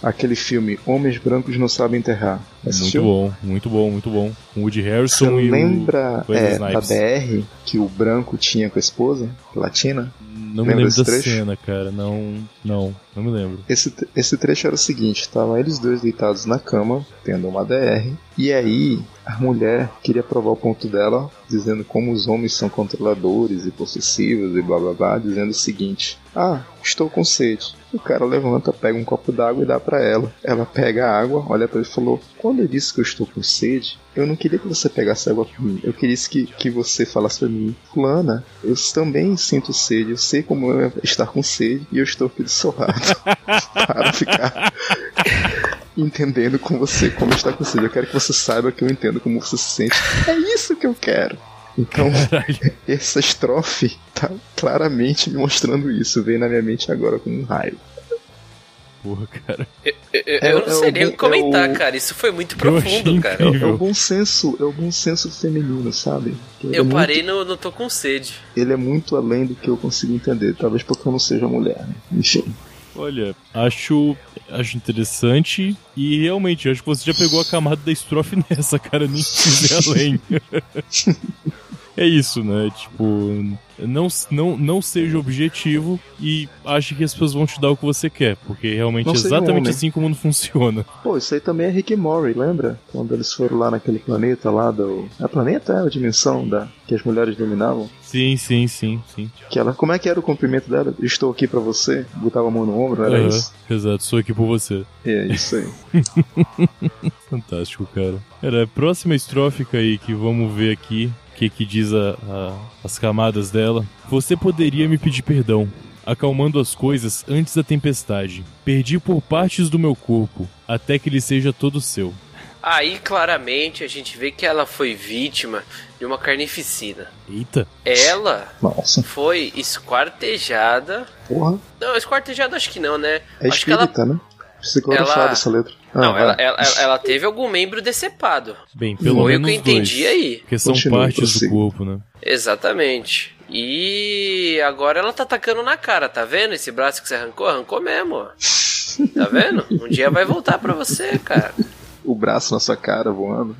Speaker 3: Aquele filme Homens Brancos Não Sabem Enterrar.
Speaker 4: É Muito
Speaker 3: Assistiu?
Speaker 4: bom, muito bom, muito bom. Com o Woody Harrison
Speaker 3: Você
Speaker 4: e um,
Speaker 3: lembra
Speaker 4: o Wesley
Speaker 3: é, da
Speaker 4: Snipes.
Speaker 3: BR que o branco tinha com a esposa, latina?
Speaker 4: Não me
Speaker 3: Lembra
Speaker 4: lembro
Speaker 3: desse
Speaker 4: da
Speaker 3: trecho?
Speaker 4: cena, cara. Não, não, não me lembro.
Speaker 3: Esse, esse trecho era o seguinte: estavam eles dois deitados na cama, tendo uma DR, e aí a mulher queria provar o ponto dela, dizendo como os homens são controladores e possessivos e blá blá blá, dizendo o seguinte: Ah, estou com sede. O cara levanta, pega um copo d'água e dá pra ela. Ela pega a água, olha pra ele e falou: Quando eu disse que eu estou com sede, eu não queria que você pegasse água pra mim. Eu queria que, que você falasse pra mim: Fulana, eu também sinto sede, eu sei como é estar com sede e eu estou aqui do seu lado para ficar entendendo com você como está com sede. Eu quero que você saiba que eu entendo como você se sente. É isso que eu quero. Então, essa estrofe tá claramente me mostrando isso. Veio na minha mente agora com um raio.
Speaker 4: Porra, cara.
Speaker 2: Eu, eu-
Speaker 3: É-
Speaker 2: eu não
Speaker 3: é
Speaker 2: sei
Speaker 3: o
Speaker 2: nem o
Speaker 3: bom-
Speaker 2: que comentar,
Speaker 3: é o-
Speaker 2: cara. Isso foi muito
Speaker 4: Eu achei
Speaker 2: profundo, cara.
Speaker 4: incrível.
Speaker 3: É o bom senso, é o bom senso feminino, sabe? Ele é
Speaker 2: Eu
Speaker 3: muito-
Speaker 2: parei no, no Tô Com Sede.
Speaker 3: ele é muito além do que eu consigo entender. Talvez porque eu não seja mulher, né? Enfim.
Speaker 4: Olha, acho, acho interessante e realmente acho que você já pegou a camada da estrofe nessa, cara, nem quis ir além. é isso, né? Tipo, não, não, não seja objetivo e ache que as pessoas vão te dar o que você quer, porque realmente
Speaker 3: Não
Speaker 4: é
Speaker 3: seja um
Speaker 4: exatamente
Speaker 3: homem.
Speaker 4: assim como não funciona.
Speaker 3: Pô, isso aí também é Rick and Morty, lembra? Quando eles foram lá naquele planeta lá do. É planeta? É a dimensão da... que as mulheres dominavam?
Speaker 4: Sim, sim, sim, sim.
Speaker 3: Que ela, como é que era o cumprimento dela? Estou aqui pra você. Botava a mão no ombro, não era
Speaker 4: Aham,
Speaker 3: isso?
Speaker 4: Exato, sou aqui por você.
Speaker 3: É isso aí.
Speaker 4: Fantástico, cara. Cara, próxima estrófica aí que vamos ver aqui o que, que diz a- a- as camadas dela. Você poderia me pedir perdão, acalmando as coisas antes da tempestade. Perdi por partes do meu corpo, até que ele seja todo seu.
Speaker 2: Aí, claramente, a gente vê que ela foi vítima de uma carnificina.
Speaker 4: Eita,
Speaker 2: Ela
Speaker 3: Nossa,
Speaker 2: foi esquartejada.
Speaker 3: porra.
Speaker 2: Não, esquartejada acho que não, né?
Speaker 3: É
Speaker 2: acho que ela.
Speaker 3: espírita, né? Psicografada
Speaker 2: ela-
Speaker 3: essa letra. Ah,
Speaker 2: Não, ela,
Speaker 3: vai.
Speaker 2: ela, ela- ela teve algum membro decepado.
Speaker 4: bem, pelo
Speaker 2: Foi o
Speaker 4: menos
Speaker 2: que eu entendi
Speaker 4: dois.
Speaker 2: aí.
Speaker 4: Porque são
Speaker 3: Continua,
Speaker 4: partes do
Speaker 3: prossiga.
Speaker 4: corpo, né?
Speaker 2: Exatamente. E agora ela tá atacando na cara, tá vendo? Esse braço que você arrancou, arrancou mesmo. ó. Tá vendo? Um dia vai voltar pra você, cara.
Speaker 3: O braço na sua cara voando.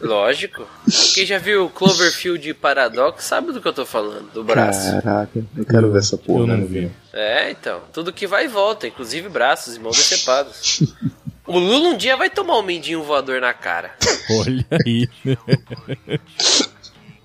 Speaker 2: Lógico. Quem já viu Cloverfield e Paradox sabe do que eu tô falando, do braço.
Speaker 3: Caraca, eu quero ver essa porra.
Speaker 4: Hum, Eu não
Speaker 3: né?
Speaker 4: vi.
Speaker 2: É, então. Tudo que vai e volta, inclusive braços e mãos decepadas. O Lula um dia vai tomar um mindinho voador na cara.
Speaker 4: Olha aí.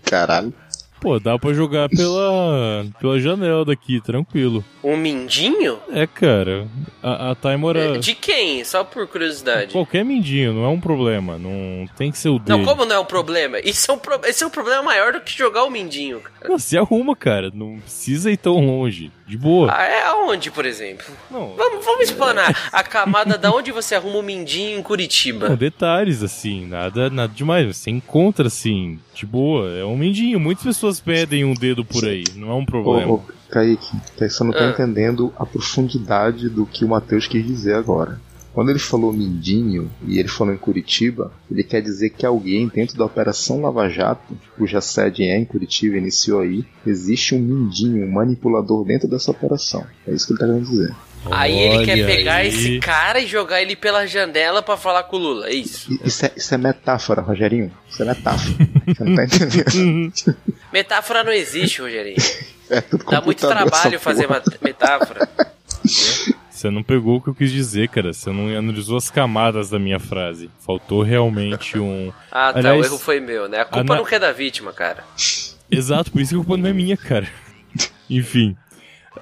Speaker 3: Caralho.
Speaker 4: Pô, dá pra jogar pela, pela janela daqui, tranquilo.
Speaker 2: Um mindinho?
Speaker 4: É, cara, a, a Taimora...
Speaker 2: De quem? Só por curiosidade.
Speaker 4: Qualquer mindinho, não é um problema. Não tem que ser o dele.
Speaker 2: Não, como não é um problema? Isso é um, pro- esse é um problema maior do que jogar o mindinho. cara.
Speaker 4: Não, se arruma, cara. Não precisa ir tão longe. De boa.
Speaker 2: Ah, é aonde, por exemplo?
Speaker 4: não,
Speaker 2: Vamos, vamos explanar a camada da onde você arruma o mindinho em
Speaker 4: não,
Speaker 2: Curitiba.
Speaker 4: detalhes, assim. Nada, nada demais. Você encontra, assim, de boa. É um mindinho. Muitas pessoas pedem um dedo por aí. Não é um
Speaker 3: Ô,
Speaker 4: problema.
Speaker 3: ô, Kaique, tá- você não tá
Speaker 2: Ah.
Speaker 3: entendendo a profundidade do que o Matheus quis dizer agora. Quando ele falou Mindinho e ele falou em Curitiba, ele quer dizer que alguém dentro da Operação Lava Jato, cuja sede é em Curitiba, iniciou aí, existe um Mindinho, um manipulador dentro dessa operação. É isso que ele tá querendo dizer.
Speaker 2: Aí ele quer
Speaker 4: Olha
Speaker 2: pegar
Speaker 4: aí.
Speaker 2: esse cara e jogar ele pela janela pra falar com o Lula. É isso.
Speaker 3: I- Isso é, isso é metáfora, Rogerinho. Isso é metáfora. você não tá entendendo.
Speaker 2: Metáfora não existe, Rogerinho.
Speaker 3: É tudo
Speaker 2: Dá muito
Speaker 3: computador, essa
Speaker 2: trabalho fazer
Speaker 3: porra.
Speaker 2: mat- metáfora.
Speaker 4: Você não pegou o que eu quis dizer, cara. Você não analisou as camadas da minha frase. Faltou realmente um.
Speaker 2: Ah, tá.
Speaker 4: Aliás,
Speaker 2: o erro foi meu, né? A culpa
Speaker 4: Ana-
Speaker 2: não é da vítima, cara.
Speaker 4: Exato, por isso que a culpa não é minha, cara. Enfim.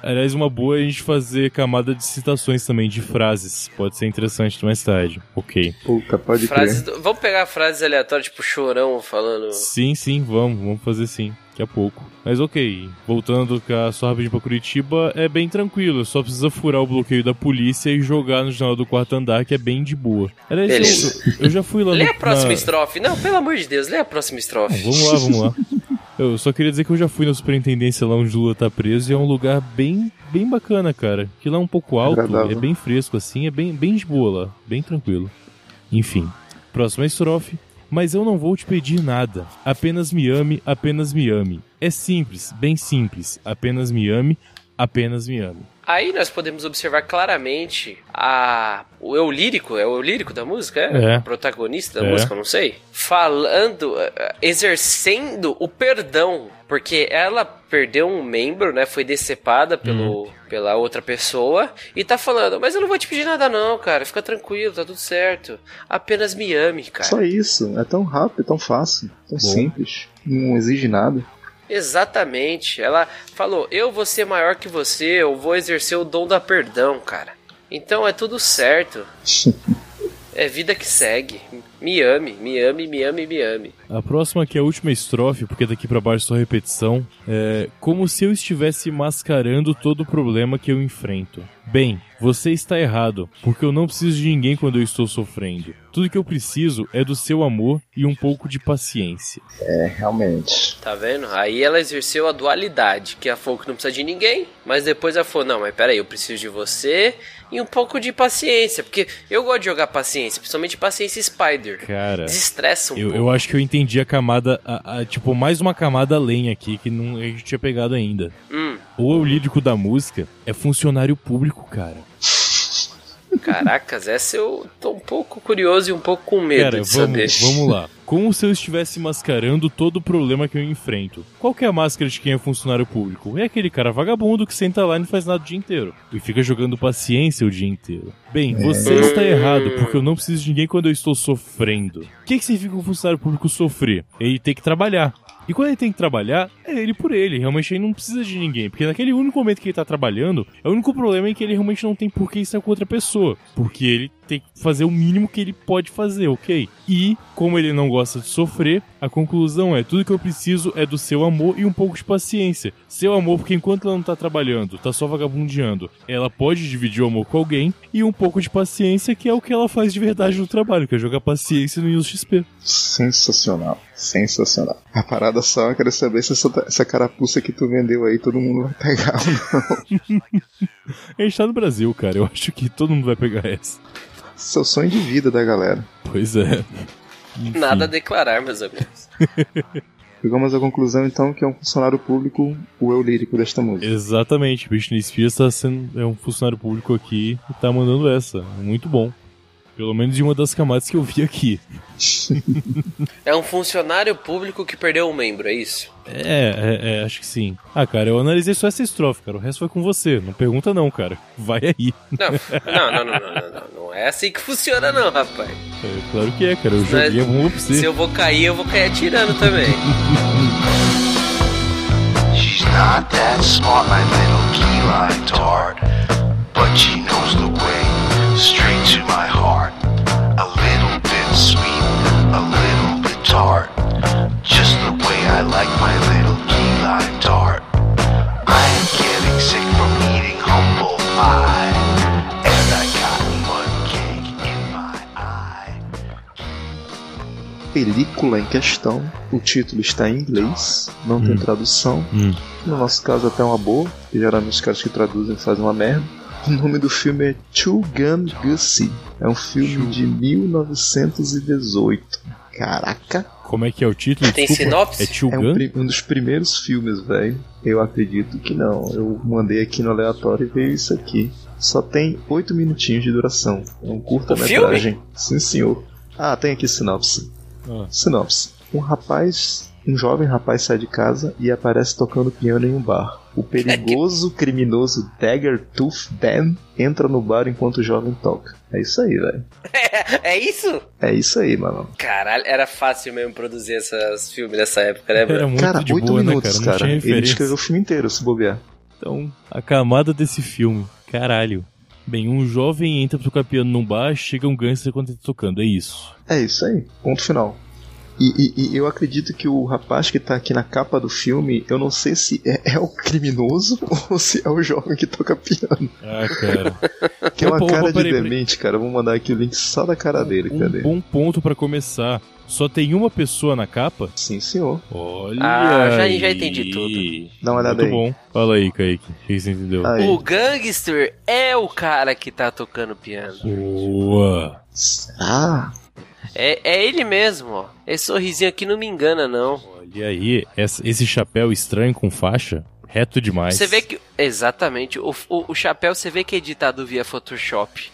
Speaker 4: Aliás, uma boa é a gente fazer camada de citações também, de frases. Pode ser interessante mais tarde. Ok.
Speaker 3: Puta, pode
Speaker 2: Frases
Speaker 3: crer.
Speaker 2: do- Vamos pegar frases aleatórias, tipo chorão falando.
Speaker 4: Sim, sim, vamos, vamos fazer sim, daqui a pouco. Mas ok, voltando com a sua rapidinho pra Curitiba, é bem tranquilo, só precisa furar o bloqueio da polícia e jogar no jornal do quarto andar, que é bem de boa. Aliás,
Speaker 2: Beleza.
Speaker 4: eu, eu já fui lá no.
Speaker 2: Lê a próxima
Speaker 4: na-
Speaker 2: estrofe. Não, pelo amor de Deus, lê a próxima estrofe.
Speaker 4: Vamos lá, vamos lá. Eu só queria dizer que eu já fui na superintendência lá onde o Lula tá preso e é um lugar bem, bem bacana, cara. Que lá é um pouco alto,
Speaker 3: Agradável.
Speaker 4: é bem fresco assim, é bem, bem de boa lá, bem tranquilo. Enfim, próxima estrofe. Mas eu não vou te pedir nada. Apenas me ame, apenas me ame. É simples, bem simples. Apenas me ame, apenas me ame.
Speaker 2: Aí nós podemos observar claramente a o eu lírico, é o eu lírico da música, é?
Speaker 4: É.
Speaker 2: O protagonista da
Speaker 4: É.
Speaker 2: música, eu não sei. Falando, eh, eh, exercendo o perdão, porque ela perdeu um membro, né? Foi decepada pelo,
Speaker 4: Uhum.
Speaker 2: pela outra pessoa e tá falando, mas eu não vou te pedir nada não, cara. Fica tranquilo, tá tudo certo. Apenas me ame, cara.
Speaker 3: Só isso. É tão rápido, tão fácil, tão simples. Não exige nada.
Speaker 2: Exatamente. Ela falou: Eu vou ser maior que você, eu vou exercer o dom da perdão, cara. Então é tudo certo. é vida que segue. Me ame, me ame, me ame, me ame.
Speaker 4: A próxima aqui é a última estrofe, porque daqui pra baixo só repetição. É como se eu estivesse mascarando todo o problema que eu enfrento. Bem, você está errado, porque eu não preciso de ninguém quando eu estou sofrendo. Tudo que eu preciso é do seu amor e um pouco de paciência.
Speaker 3: É, realmente.
Speaker 2: Tá vendo? Aí ela exerceu a dualidade, que a Folk não precisa de ninguém, mas depois ela falou: Não, mas peraí, eu preciso de você e um pouco de paciência, porque eu gosto de jogar paciência, principalmente paciência Spider.
Speaker 4: Cara,
Speaker 2: Desestressa um
Speaker 4: eu,
Speaker 2: pouco.
Speaker 4: eu acho que eu entendi a camada, a- a- tipo, mais uma camada além aqui que não, a gente tinha pegado ainda.
Speaker 2: Hum,
Speaker 4: O eu lírico da música é funcionário público, cara.
Speaker 2: caracas, essa eu tô um pouco curioso e um pouco com medo
Speaker 4: Cara,
Speaker 2: de saber.
Speaker 4: vamos, vamos lá. Como se eu estivesse mascarando todo o problema que eu enfrento. Qual que é a máscara de quem é funcionário público? É aquele cara vagabundo que senta lá e não faz nada o dia inteiro. E fica jogando paciência o dia inteiro. Bem, você está errado, porque eu não preciso de ninguém quando eu estou sofrendo. O que, que significa um funcionário público sofrer? Ele tem que trabalhar. E quando ele tem que trabalhar, é ele por ele. Realmente ele não precisa de ninguém. Porque naquele único momento que ele tá trabalhando, é o único problema em que ele realmente não tem por que estar com outra pessoa. Porque ele tem que fazer o mínimo que ele pode fazer, ok? E, como ele não gosta de sofrer, a conclusão é: tudo que eu preciso é do seu amor e um pouco de paciência. Seu amor, porque enquanto ela não tá trabalhando, tá só vagabundeando, ela pode dividir o amor com alguém. E um pouco de paciência, que é o que ela faz de verdade no trabalho, que é jogar paciência no XP.
Speaker 3: Sensacional. Sensacional. A parada só, eu quero saber se essa, essa carapuça que tu vendeu aí todo mundo vai pegar ou não.
Speaker 4: A gente tá no Brasil, cara. Eu acho que todo mundo vai pegar essa.
Speaker 3: Esse é o sonho de vida da galera.
Speaker 4: Pois é.
Speaker 2: Nada a declarar, meus amigos.
Speaker 3: Chegamos à conclusão, então, que é um funcionário público o eu lírico desta música.
Speaker 4: Exatamente, Britney Spears tá sendo, é um funcionário público aqui e tá mandando essa. Muito bom. Pelo menos de uma das camadas que eu vi aqui.
Speaker 2: É um funcionário público que perdeu um membro, é isso?
Speaker 4: É, é, é, acho que sim. Ah, cara, eu analisei só essa estrofe, cara. O resto foi com você. Não pergunta não, cara. Vai aí.
Speaker 2: Não, não, não, não, não, não, não, não é assim que funciona não, rapaz.
Speaker 4: É, claro que é, cara. Eu joguei a
Speaker 3: um
Speaker 4: bomba pra
Speaker 2: Né? Se
Speaker 4: você.
Speaker 2: eu vou cair, eu vou cair atirando também.
Speaker 5: She's not that smart, my little key lime tart, but she knows the way straight to my heart. A little bit sweet, a little bit tart, just the way I like my little key lime tart. I'm getting sick from eating humble pie, and I got mud cake in my eye.
Speaker 3: Película em questão, o título está em inglês, não tem tradução.
Speaker 4: Hum.
Speaker 3: No nosso caso, até uma boa, que geralmente os caras que traduzem fazem uma merda. O nome do filme é Two Gun Gussie. É um filme de 1918. Caraca!
Speaker 4: Como é que é o título?
Speaker 2: Tem
Speaker 4: Desculpa.
Speaker 2: sinopse?
Speaker 4: É Tio
Speaker 3: É um,
Speaker 4: Gun?
Speaker 3: pri- um dos primeiros filmes, velho. Eu acredito que não. Eu mandei aqui no aleatório e veio isso aqui. Só tem oito minutinhos de duração. É um curta-metragem. Sim, senhor. Ah, tem aqui sinopse.
Speaker 4: Ah.
Speaker 3: Sinopse. Um rapaz, um jovem rapaz sai de casa e aparece tocando piano em um bar. O perigoso criminoso Dagger Tooth Dan entra no bar enquanto o jovem toca. É isso aí, velho.
Speaker 2: É, é isso?
Speaker 3: É isso aí, mano.
Speaker 2: Caralho, era fácil mesmo produzir esses filmes nessa época, né,
Speaker 4: Era
Speaker 2: Bruno?
Speaker 4: muito
Speaker 3: cara,
Speaker 4: de
Speaker 3: oito
Speaker 4: boa,
Speaker 3: minutos,
Speaker 4: né, cara? Não tinha
Speaker 3: Ele
Speaker 4: referência.
Speaker 3: escreveu o filme inteiro, se bobear.
Speaker 4: Então, a camada desse filme, caralho. Bem, um jovem entra pro piano num bar, chega um gangster quando ele tá tocando, é isso.
Speaker 3: É isso aí, ponto final. E, e- e eu acredito que o rapaz que tá aqui na capa do filme, eu não sei se é, é o criminoso ou se é o jovem que toca piano.
Speaker 4: Ah, cara.
Speaker 3: Que é uma
Speaker 4: Opa, opa,
Speaker 3: cara de
Speaker 4: peraí, peraí.
Speaker 3: demente, cara. Eu Vou mandar aqui o link só da cara dele,
Speaker 4: Um
Speaker 3: cadê?
Speaker 4: bom ponto pra começar. Só tem uma pessoa na capa?
Speaker 3: Sim, senhor.
Speaker 4: Olha.
Speaker 2: Ah, já-
Speaker 4: aí.
Speaker 2: já entendi tudo.
Speaker 3: Dá uma olhada
Speaker 4: Muito
Speaker 3: aí.
Speaker 4: bom. Fala aí, Kaique. O que você entendeu?
Speaker 3: Aí.
Speaker 2: O gangster é o cara que tá tocando piano.
Speaker 4: Boa.
Speaker 3: Ah,
Speaker 2: É, é ele mesmo, ó. Esse sorrisinho aqui não me engana, não.
Speaker 4: Olha aí, essa- esse chapéu estranho com faixa, reto demais.
Speaker 2: Você vê que. Exatamente. O, o, o chapéu você vê que é editado via Photoshop.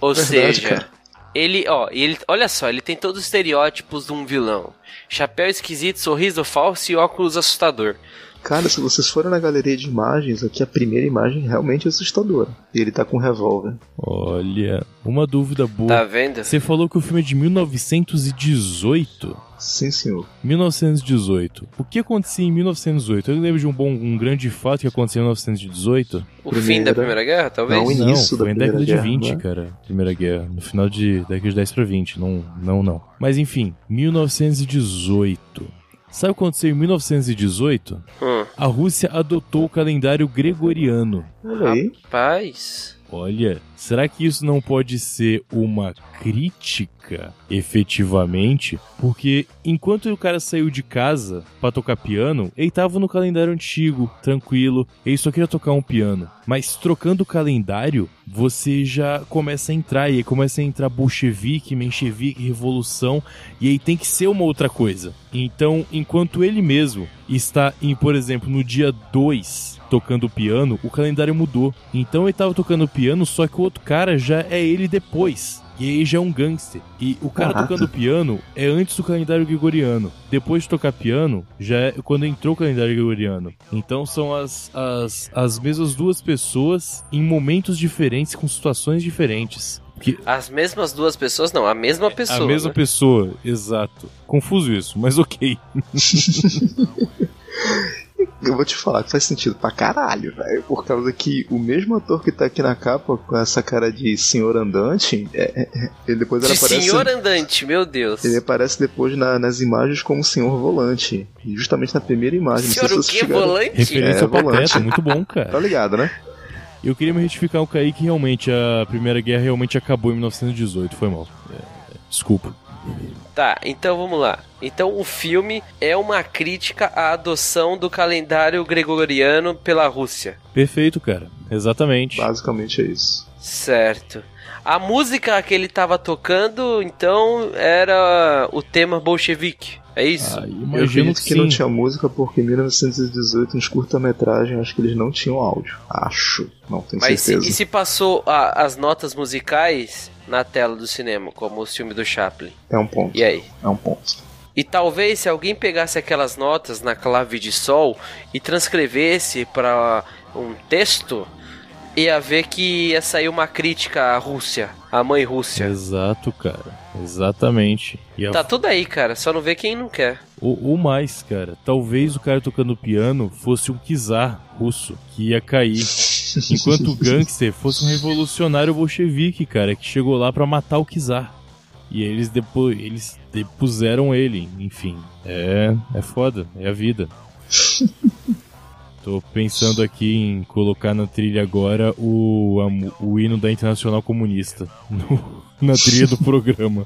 Speaker 2: Ou
Speaker 3: Verdade,
Speaker 2: seja,
Speaker 3: cara.
Speaker 2: ele, ó, e ele. Olha só, ele tem todos os estereótipos de um vilão: chapéu esquisito, sorriso falso e óculos assustador.
Speaker 3: cara, se vocês forem na galeria de imagens, aqui a primeira imagem realmente é assustadora. E ele tá com um revólver.
Speaker 4: Olha, uma dúvida boa.
Speaker 2: Tá vendo?
Speaker 4: Você falou que o filme é de 1918.
Speaker 3: Sim, senhor.
Speaker 4: 1918. O que acontecia em 1918? Eu lembro de um bom, um grande fato que aconteceu em 1918.
Speaker 2: O fim da
Speaker 3: Primeira-
Speaker 2: Primeira Guerra, talvez?
Speaker 3: né? Não, O
Speaker 4: Não,
Speaker 3: início da
Speaker 4: foi em
Speaker 3: Primeira
Speaker 4: década
Speaker 3: Guerra,
Speaker 4: de 20,
Speaker 3: né?
Speaker 4: cara. Primeira guerra. No final de década de 10 pra 20. Não, não, não. Mas enfim, 1918. Sabe o que aconteceu em 1918?
Speaker 2: Hum,
Speaker 4: A Rússia adotou o calendário gregoriano.
Speaker 3: Olha aí.
Speaker 2: rapaz.
Speaker 4: Olha, será que isso não pode ser uma crítica, efetivamente? Porque enquanto o cara saiu de casa pra tocar piano, ele tava no calendário antigo, tranquilo, ele só queria tocar um piano. Mas trocando o calendário, você já começa a entrar, e aí começa a entrar bolchevique, menchevique, revolução, e aí tem que ser uma outra coisa. Então, enquanto ele mesmo está em, por exemplo, no dia 2 tocando piano, o calendário mudou. Então ele tava tocando piano, só que o outro cara já é ele depois. E aí já é um gangster. E o cara
Speaker 3: Caraca.
Speaker 4: tocando piano é antes do calendário gregoriano. Depois de tocar piano, já é quando entrou o calendário gregoriano. Então são as, as, as mesmas duas pessoas em momentos diferentes, com situações diferentes. Que
Speaker 2: As mesmas duas pessoas? Não, a mesma pessoa.
Speaker 4: a mesma
Speaker 2: né?
Speaker 4: pessoa, exato. Confuso isso, mas ok.
Speaker 3: Eu vou te falar que faz sentido pra caralho, velho. Por causa que o mesmo ator que tá aqui na capa com essa cara de senhor andante, é- é- é- ele depois
Speaker 2: De
Speaker 3: ele aparece.
Speaker 2: senhor andante, meu Deus.
Speaker 3: Ele aparece depois na- nas imagens como senhor volante. E justamente na primeira imagem.
Speaker 2: Senhor
Speaker 3: não
Speaker 2: o
Speaker 3: sei se
Speaker 2: quê?
Speaker 3: vocês chegaram-
Speaker 2: Volante?
Speaker 4: Referência ao
Speaker 3: É, volante.
Speaker 4: Pateta, muito bom,
Speaker 3: Tá
Speaker 4: cara.
Speaker 3: ligado, né?
Speaker 4: Eu queria me retificar o Kaique, realmente, a Primeira Guerra realmente acabou em 1918, foi mal. É, é, desculpa.
Speaker 2: Tá, então vamos lá. Então o filme é uma crítica à adoção do calendário gregoriano pela Rússia.
Speaker 4: Perfeito, cara. Exatamente.
Speaker 3: Basicamente é isso.
Speaker 2: Certo. A música que ele tava tocando, então, era o tema bolchevique. É isso?
Speaker 4: Ah,
Speaker 3: Eu
Speaker 4: imagino
Speaker 3: acredito
Speaker 4: que
Speaker 3: que não
Speaker 4: sim.
Speaker 3: tinha música porque em 1918, nos curta-metragem, acho que eles não tinham áudio. Acho. Não tenho
Speaker 2: Mas se,
Speaker 3: certeza.
Speaker 2: e se passou a- as notas musicais na tela do cinema, como o filme do Chaplin?
Speaker 3: É um ponto.
Speaker 2: E aí?
Speaker 3: É um ponto.
Speaker 2: E talvez se alguém pegasse aquelas notas na clave de sol e transcrevesse para um texto, ia ver que ia sair uma crítica à Rússia, à mãe Rússia.
Speaker 4: Exato, cara. Exatamente. E a-
Speaker 2: Tá tudo aí, cara, só não vê quem não quer.
Speaker 4: ou, ou mais, cara. Talvez o cara tocando piano fosse um czar russo que ia cair. Enquanto o gangster fosse um revolucionário bolchevique, cara, que chegou lá pra matar o czar. E eles depois eles depuseram ele, enfim. É, é foda, é a vida. Tô pensando aqui em colocar na trilha agora o, a mu- o hino da Internacional Comunista no- na trilha do programa.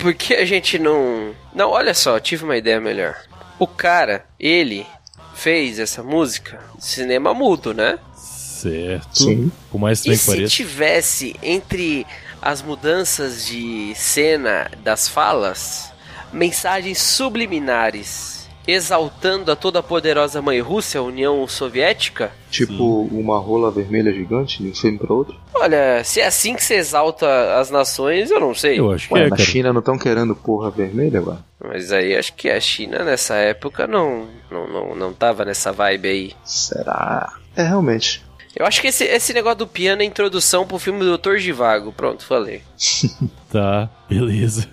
Speaker 2: Por que a gente não. Não, olha só, tive uma ideia melhor. O cara, ele fez essa música, cinema mudo, né?
Speaker 4: Certo.
Speaker 3: Sim.
Speaker 4: Por mais
Speaker 2: E
Speaker 4: estranho que
Speaker 2: se
Speaker 4: pareça.
Speaker 2: tivesse entre as mudanças de cena das falas, mensagens subliminares exaltando a toda poderosa mãe Rússia, União Soviética?
Speaker 3: Tipo uma rola vermelha gigante de um filme pra outro.
Speaker 2: Olha, se é assim que se exalta as nações, eu não sei.
Speaker 4: Eu acho que
Speaker 3: Ué,
Speaker 4: é,
Speaker 3: na
Speaker 4: cara.
Speaker 3: China não estão querendo porra vermelha agora?
Speaker 2: Mas aí acho que a China nessa época não, não, não, não tava nessa vibe aí.
Speaker 3: Será? É, realmente.
Speaker 2: Eu acho que esse, esse negócio do piano é introdução pro filme Doutor Givago. Pronto, falei.
Speaker 4: Tá, beleza.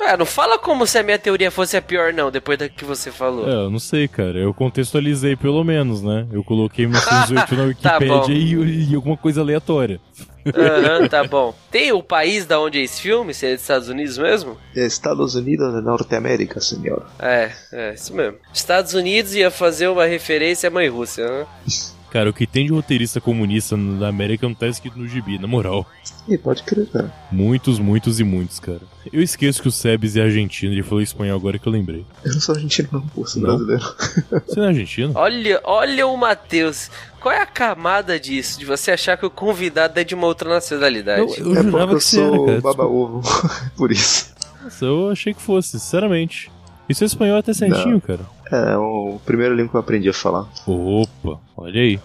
Speaker 2: Ah, não fala como se a minha teoria fosse a pior, não, depois da que você falou.
Speaker 4: É, eu não sei, cara. Eu contextualizei pelo menos, né? Eu coloquei 1918 na
Speaker 2: Tá
Speaker 4: Wikipédia
Speaker 2: bom.
Speaker 4: e, e alguma coisa aleatória.
Speaker 2: Aham, tá bom. Tem o país da onde é esse filme? Se é dos Estados Unidos mesmo?
Speaker 3: Estados Unidos da Norte América, senhor.
Speaker 2: É, é, isso mesmo. Estados Unidos ia fazer uma referência à mãe Rússia, né?
Speaker 4: Cara, o que tem de roteirista comunista na América não tá escrito no gibi, na moral.
Speaker 3: E pode crer, cara.
Speaker 4: Muitos, muitos e muitos, cara. Eu esqueço que o Sebes é argentino, ele falou espanhol agora que eu lembrei.
Speaker 3: Eu não sou argentino, não, pô, sou
Speaker 4: Não?
Speaker 3: brasileiro.
Speaker 4: Você não é argentino?
Speaker 2: Olha, olha o Matheus. Qual é a camada disso? De você achar que o convidado é de uma outra nacionalidade?
Speaker 4: Eu, eu
Speaker 3: é
Speaker 4: jurava
Speaker 3: porque eu
Speaker 4: que você era,
Speaker 3: sou
Speaker 4: cara.
Speaker 3: baba-ovo, por isso.
Speaker 4: Nossa, eu achei que fosse, sinceramente. Isso é espanhol até certinho, cara.
Speaker 3: É, o primeiro língua que eu aprendi a falar.
Speaker 4: Opa, olha aí.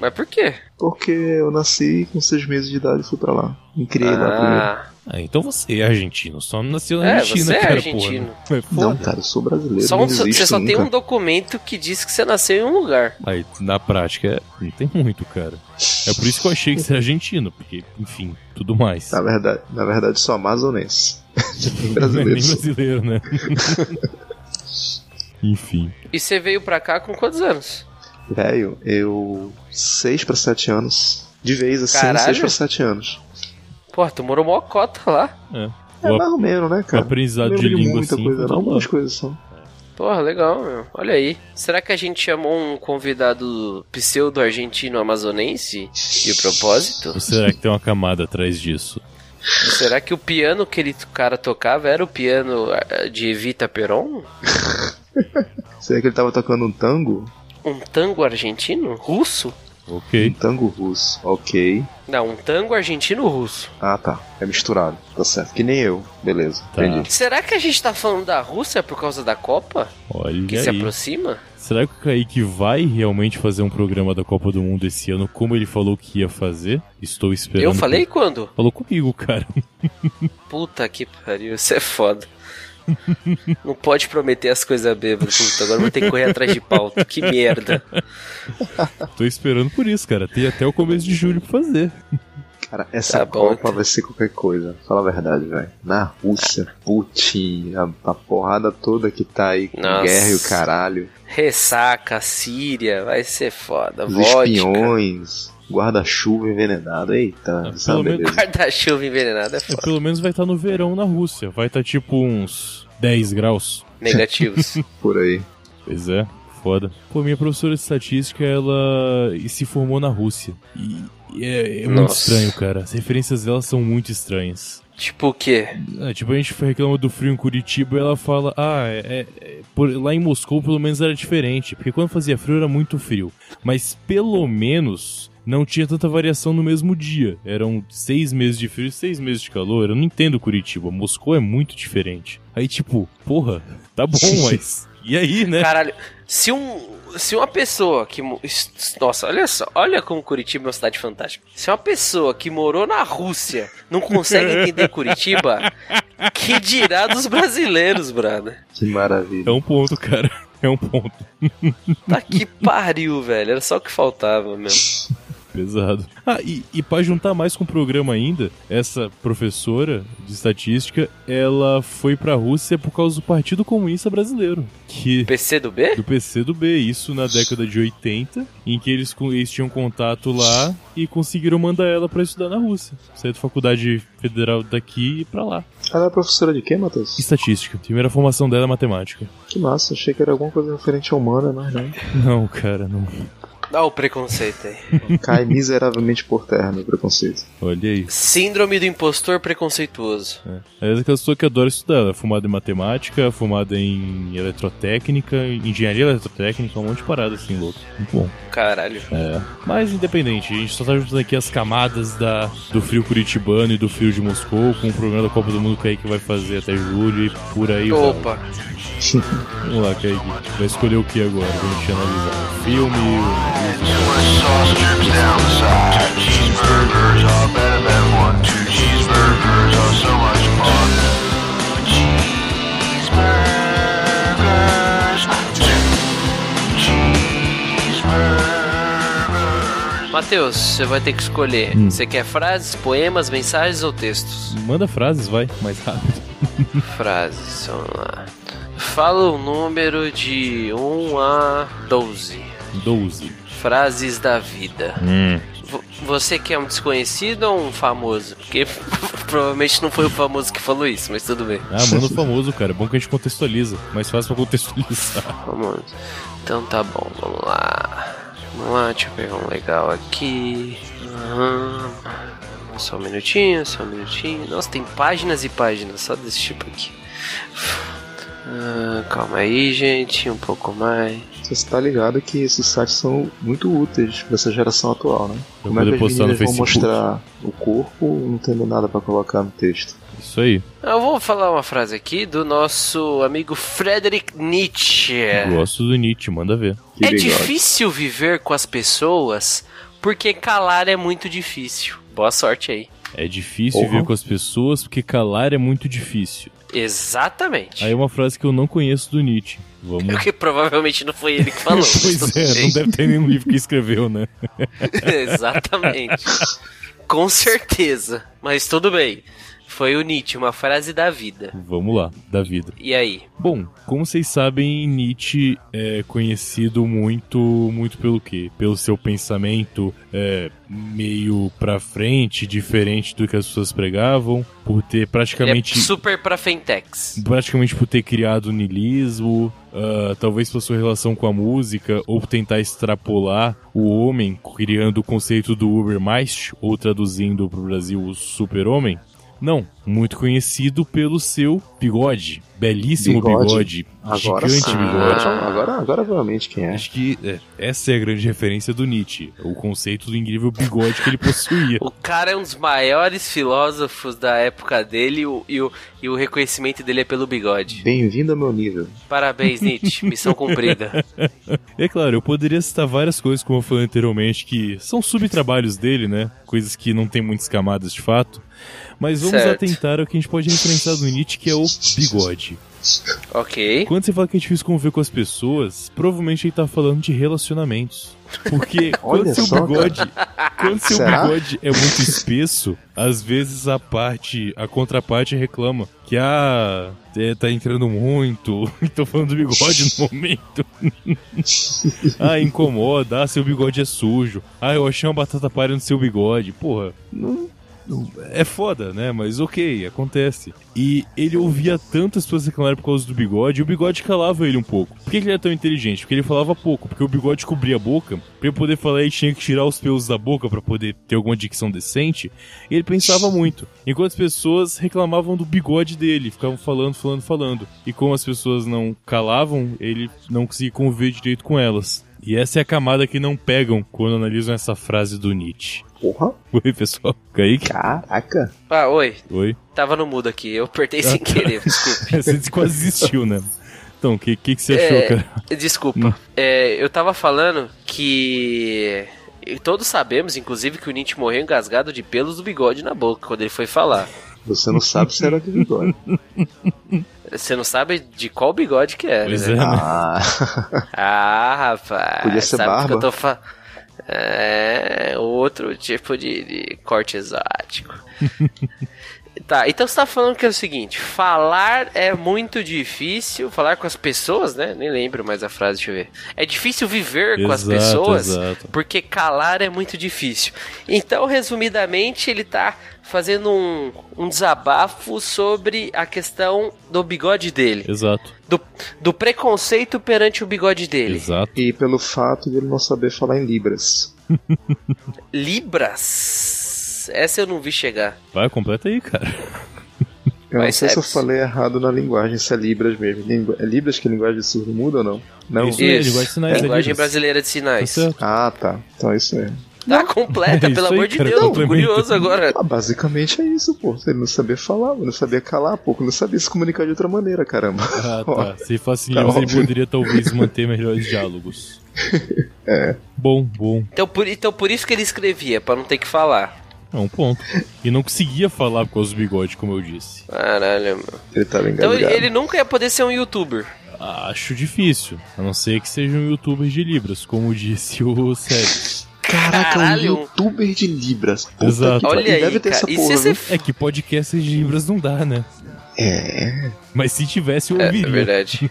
Speaker 2: Mas por quê?
Speaker 3: Porque eu nasci com seis meses de idade e fui pra lá. Me criei lá primeiro.
Speaker 2: Ah,
Speaker 4: Ah, então você é argentino, só não nasceu na
Speaker 2: É,
Speaker 4: Argentina,
Speaker 2: você é
Speaker 4: cara,
Speaker 2: argentino.
Speaker 4: porra. né? Mas
Speaker 3: Não,
Speaker 4: foda.
Speaker 3: cara, eu sou brasileiro.
Speaker 2: só
Speaker 3: não
Speaker 2: um- você
Speaker 3: desisto
Speaker 2: só tem
Speaker 3: nunca.
Speaker 2: um documento que diz que você nasceu em um lugar.
Speaker 4: Aí, na prática, não tem muito, cara. É por isso que eu achei que você era argentino, porque, enfim, tudo mais.
Speaker 3: Na verdade, na verdade, sou amazonense. Nem
Speaker 4: Não é
Speaker 3: brasileiro.
Speaker 4: nem
Speaker 3: sou.
Speaker 4: brasileiro, né? enfim.
Speaker 2: E você veio pra cá com quantos anos?
Speaker 3: Velho, eu. 6 pra 7 anos. De vez assim,
Speaker 2: Caralho.
Speaker 3: 6 pra 7 anos.
Speaker 2: Pô, tu morou mó cota lá.
Speaker 3: É
Speaker 4: O
Speaker 3: mais ou menos, né,
Speaker 4: O
Speaker 3: cara?
Speaker 4: aprendizado
Speaker 3: Não
Speaker 4: de
Speaker 3: lembro
Speaker 4: língua,
Speaker 3: muita
Speaker 4: assim,
Speaker 3: coisa,
Speaker 4: foi
Speaker 3: não.
Speaker 4: da hora.
Speaker 3: Algumas coisas só.
Speaker 2: Porra, legal, meu. Olha aí. Será que a gente chamou um convidado pseudo-argentino-amazonense de propósito?
Speaker 4: Ou será que tem uma camada atrás disso?
Speaker 2: Será que o piano que ele o cara tocava era o piano ah, de Evita Peron?
Speaker 3: Será que ele tava tocando um tango?
Speaker 2: Um tango argentino? Russo?
Speaker 4: Ok.
Speaker 3: Um tango russo. Ok.
Speaker 2: Não, um tango argentino russo.
Speaker 3: Ah, tá. É misturado. Tá certo. Que nem eu. Beleza.
Speaker 4: Tá.
Speaker 3: Entendi.
Speaker 2: Será que a gente tá falando da Rússia por causa da Copa?
Speaker 4: Olha
Speaker 2: Que se
Speaker 4: aí.
Speaker 2: aproxima?
Speaker 4: Será que o Kaique vai realmente fazer um programa da Copa do Mundo esse ano, como ele falou que ia fazer? Estou esperando.
Speaker 2: Eu falei quando?
Speaker 4: Falou comigo, cara.
Speaker 2: Puta que pariu, isso é foda. Não pode prometer as coisas bêbado, puta, agora eu vou ter que correr atrás de pauta. Que merda.
Speaker 4: Tô esperando por isso, cara. Tem até o começo de julho pra fazer.
Speaker 3: Cara, essa
Speaker 2: Tá bom,
Speaker 3: Copa
Speaker 2: então.
Speaker 3: vai ser qualquer coisa. Fala a verdade, velho. Na Rússia, Putin, a, a porrada toda que tá aí com
Speaker 2: Nossa.
Speaker 3: guerra e o caralho.
Speaker 2: Ressaca, Síria, vai ser foda.
Speaker 3: Os
Speaker 2: Vodka.
Speaker 3: espiões, guarda-chuva envenenado. Eita,
Speaker 4: Ah, pelo
Speaker 3: essa é uma
Speaker 4: menos-
Speaker 3: beleza.
Speaker 2: Guarda-chuva envenenado é
Speaker 4: É,
Speaker 2: foda.
Speaker 4: pelo menos vai estar no verão na Rússia. Vai estar tipo uns 10 graus.
Speaker 2: Negativos.
Speaker 3: Por aí.
Speaker 4: Pois é, foda. Pô, minha professora de estatística, ela se formou na Rússia. E e é, é muito
Speaker 2: Nossa.
Speaker 4: estranho, cara. As referências dela são muito estranhas.
Speaker 2: Tipo o quê?
Speaker 4: É, tipo, a gente reclama do frio em Curitiba e ela fala: Ah, é, é- é- por- lá em Moscou pelo menos era diferente, porque quando fazia frio era muito frio. Mas pelo menos não tinha tanta variação no mesmo dia. Eram seis meses de frio e seis meses de calor. Eu não entendo Curitiba, Moscou é muito diferente. Aí, tipo, porra, tá bom, mas. E aí, né?
Speaker 2: Caralho, se um. Se uma pessoa que. mo- es- Nossa, olha só, olha como Curitiba é uma cidade fantástica. Se uma pessoa que morou na Rússia não consegue entender Curitiba, que dirá dos brasileiros, brother?
Speaker 3: Que maravilha.
Speaker 4: É um ponto, cara. É um ponto.
Speaker 2: Tá que pariu, velho. Era só o que faltava mesmo.
Speaker 4: Pesado. Ah, e, e pra juntar mais com o programa ainda, essa professora de estatística, ela foi pra Rússia por causa do Partido Comunista Brasileiro, que
Speaker 2: PC do B?
Speaker 4: do PC do B, isso na década de 80, em que eles, co- eles tinham contato lá e conseguiram mandar ela pra estudar na Rússia. Sair da faculdade federal daqui e pra lá.
Speaker 3: Ela é professora de quê, Matheus?
Speaker 4: Estatística. Primeira formação dela é matemática.
Speaker 3: Que massa, achei que era alguma coisa referente à humana, mas não.
Speaker 4: Não, cara, não.
Speaker 2: Dá o preconceito aí.
Speaker 3: Cai miseravelmente por terra meu preconceito.
Speaker 4: Olha aí.
Speaker 2: Síndrome do impostor preconceituoso.
Speaker 4: É aquela pessoa que adora estudar. Ela é formada em matemática, formada em eletrotécnica, engenharia eletrotécnica, um monte de parada assim, louco. Muito bom.
Speaker 2: Caralho.
Speaker 4: Mas independente, a gente só tá juntando aqui as camadas da, do frio curitibano e do frio de Moscou, com o programa da Copa do Mundo que o Kaique vai fazer até julho e por aí. vai.
Speaker 2: Opa.
Speaker 4: Vamos lá, Kaique. Vai escolher o que agora pra gente analisar? Filme,
Speaker 5: Sausage down the side. Two cheeseburgers, I'll bet I bet one. Two cheeseburgers, oh so much fun. Cheeseburgers, two cheeseburgers.
Speaker 2: Matheus, você vai ter que escolher.
Speaker 4: Hum.
Speaker 2: Você quer frases, poemas, mensagens ou textos?
Speaker 4: manda frases, vai, mais rápido.
Speaker 2: Frases, vamos lá. Fala o número de 1 a 12.
Speaker 4: 12.
Speaker 2: Frases da vida. Você que é um desconhecido ou um famoso? Porque provavelmente não foi o famoso que falou isso, mas tudo bem.
Speaker 4: Ah, mano famoso, cara. Bom que a gente contextualiza. Mais fácil pra contextualizar.
Speaker 2: Famoso. Então tá bom, vamos lá. Vamos lá, deixa eu pegar um legal aqui. Aham. Só um minutinho, só um minutinho. Nossa, tem páginas e páginas só desse tipo aqui. Ah, calma aí, gente, um pouco mais.
Speaker 3: Você está ligado que esses sites são muito úteis para essa geração atual, né?
Speaker 4: Eu
Speaker 3: Como é
Speaker 4: vou
Speaker 3: que as
Speaker 4: postar no
Speaker 3: meninas vão
Speaker 4: Facebook.
Speaker 3: mostrar o corpo não tendo nada para colocar no texto?
Speaker 4: Isso aí.
Speaker 2: Eu vou falar uma frase aqui do nosso amigo Frederick Nietzsche.
Speaker 4: Gosto do Nietzsche, manda ver.
Speaker 3: Que
Speaker 2: é
Speaker 3: legal.
Speaker 2: difícil viver com as pessoas porque calar é muito difícil. Boa sorte aí.
Speaker 4: É difícil
Speaker 3: Porra.
Speaker 4: ver com as pessoas porque calar é muito difícil.
Speaker 2: Exatamente.
Speaker 4: Aí é uma frase que eu não conheço do Nietzsche. Vamos.
Speaker 2: Porque provavelmente não foi ele que falou.
Speaker 4: Pois é, não deve ter nenhum livro que escreveu, né?
Speaker 2: Exatamente. Com certeza. Mas tudo bem. Foi o Nietzsche, uma frase da vida.
Speaker 4: Vamos lá, da vida.
Speaker 2: E aí? é
Speaker 4: Bom, como vocês sabem, Nietzsche é conhecido muito, muito pelo quê? Pelo seu pensamento é, meio pra frente, diferente do que as pessoas pregavam, por ter praticamente
Speaker 2: Ele é super pra Fentex.
Speaker 4: praticamente por ter criado o niilismo, ah, talvez pela sua relação com a música, ou por tentar extrapolar o homem, criando o conceito do Ubermeist, ou traduzindo para o Brasil o super-homem. Não, muito conhecido pelo seu bigode. Belíssimo
Speaker 3: Bigode?
Speaker 4: bigode.
Speaker 3: Agora
Speaker 4: gigante
Speaker 3: sim.
Speaker 4: bigode.
Speaker 3: Agora, agora, agora realmente quem é?
Speaker 4: Acho que é, essa é a grande referência do Nietzsche, o conceito do incrível bigode que ele possuía.
Speaker 2: O cara é um dos maiores filósofos da época dele e o, e o, e o reconhecimento dele é pelo bigode.
Speaker 3: Bem-vindo ao meu nível.
Speaker 2: Parabéns, Nietzsche. Missão cumprida.
Speaker 4: É claro, eu poderia citar várias coisas, como eu falei anteriormente, que são subtrabalhos dele, né? Coisas que não tem muitas camadas de fato. Mas vamos
Speaker 2: Certo.
Speaker 4: atentar ao que a gente pode referenciar do Nietzsche, que é o bigode.
Speaker 2: ok.
Speaker 4: Quando você fala que é difícil conviver com as pessoas, provavelmente ele tá falando de relacionamentos. Porque quando
Speaker 3: Olha
Speaker 4: seu
Speaker 3: só,
Speaker 4: bigode, quando seu
Speaker 3: Será?
Speaker 4: bigode é muito espesso, às vezes a parte, a contraparte reclama que ah, é, tá entrando muito, tô falando do bigode no momento. Ah, incomoda, ah, seu bigode é sujo. Ah, eu achei uma batata palha no seu bigode. Porra, não- não- é foda, né? Mas ok, acontece. E ele ouvia tantas pessoas reclamarem por causa do bigode, e o bigode calava ele um pouco. Por que que ele era tão inteligente? Porque ele falava pouco, porque o bigode cobria a boca. Pra ele poder falar, ele tinha que tirar os pelos da boca pra poder ter alguma dicção decente. E ele pensava muito. Enquanto as pessoas reclamavam do bigode dele, ficavam falando, falando, falando. E como as pessoas não calavam, ele não conseguia conviver direito com elas. E essa é a camada que não pegam quando analisam essa frase do Nietzsche.
Speaker 3: Porra,
Speaker 4: Oi, pessoal. Kaique?
Speaker 3: caraca.
Speaker 2: Ah, oi.
Speaker 4: Oi.
Speaker 2: Tava no mudo aqui. Eu apertei
Speaker 4: Ah, tá.
Speaker 2: sem querer. Desculpa.
Speaker 4: Você quase desistiu, né? Então, o que, que, que você achou,
Speaker 2: É.
Speaker 4: cara? Não.
Speaker 2: Desculpa. É, eu tava falando que. e Todos sabemos, inclusive, que o Nietzsche morreu engasgado de pelos do bigode na boca quando ele foi falar.
Speaker 3: Você não sabe se era de bigode.
Speaker 2: Você não sabe de qual bigode que era,
Speaker 4: Pois
Speaker 2: né?
Speaker 4: é, né?
Speaker 3: Ah,
Speaker 2: Ah, rapaz.
Speaker 3: Podia ser
Speaker 2: sabe do
Speaker 3: barba.
Speaker 2: Que eu tô fa... É, outro tipo de, de corte exótico. tá, então você tá falando que é o seguinte: falar é muito difícil, falar com as pessoas, né? Nem lembro mais a frase, deixa eu ver. É difícil viver com as
Speaker 4: Exato,
Speaker 2: pessoas
Speaker 4: exato.
Speaker 2: porque calar é muito difícil. Então, resumidamente, ele tá fazendo um, um desabafo sobre a questão do bigode dele
Speaker 4: Exato.
Speaker 2: do, do preconceito perante o bigode dele.
Speaker 4: Exato.
Speaker 3: e pelo fato de ele não saber falar em libras.
Speaker 2: Libras? Essa eu não vi chegar.
Speaker 4: Vai, completa aí, cara.
Speaker 3: Eu não
Speaker 2: Mas
Speaker 3: sei se eu
Speaker 2: é-
Speaker 3: falei errado na linguagem, se é libras mesmo. Lingu- É libras que a linguagem de surdo muda ou não? Não.
Speaker 4: Isso. Ele gosta de sinais,
Speaker 2: É,
Speaker 4: é
Speaker 2: linguagem
Speaker 4: Libras.
Speaker 2: brasileira de
Speaker 4: Tá
Speaker 2: sinais. Tá,
Speaker 4: certo.
Speaker 3: Ah, tá. Então é isso mesmo.
Speaker 2: completa,
Speaker 4: É
Speaker 2: pelo
Speaker 4: isso aí,
Speaker 2: amor de
Speaker 4: cara,
Speaker 2: Deus. Tô
Speaker 4: complementa.
Speaker 2: curioso agora.
Speaker 3: Ah, basicamente é isso, pô. Ele não sabia falar, não sabia calar, pô. Não sabia se comunicar de outra maneira, caramba.
Speaker 4: Ah,
Speaker 3: Ó,
Speaker 4: tá. Se facilitamos,
Speaker 3: Tá
Speaker 4: ele
Speaker 3: óbvio.
Speaker 4: poderia talvez manter melhores diálogos. É. Bom, bom.
Speaker 2: Então por, então por isso que ele escrevia, pra não ter que falar.
Speaker 4: É um ponto. E não conseguia falar por causa do bigode, como eu disse.
Speaker 2: Caralho, mano.
Speaker 3: Ele tava
Speaker 2: Então
Speaker 3: engasgado.
Speaker 2: ele, ele nunca ia poder ser um youtuber.
Speaker 4: Acho difícil. A não ser que seja um youtuber de Libras, como disse o Sérgio.
Speaker 3: Caraca,
Speaker 2: Caralho.
Speaker 3: um youtuber de libras. Puta
Speaker 4: Exato.
Speaker 3: que pariu.
Speaker 2: Olha
Speaker 3: Ele
Speaker 2: aí,
Speaker 3: deve ter
Speaker 2: cara.
Speaker 3: essa
Speaker 2: e
Speaker 3: porra,
Speaker 2: se você...
Speaker 3: viu?
Speaker 4: É que podcast de Libras não dá, né?
Speaker 3: É.
Speaker 4: um Mas se tivesse, eu
Speaker 2: É, é
Speaker 4: ouviria.
Speaker 2: verdade.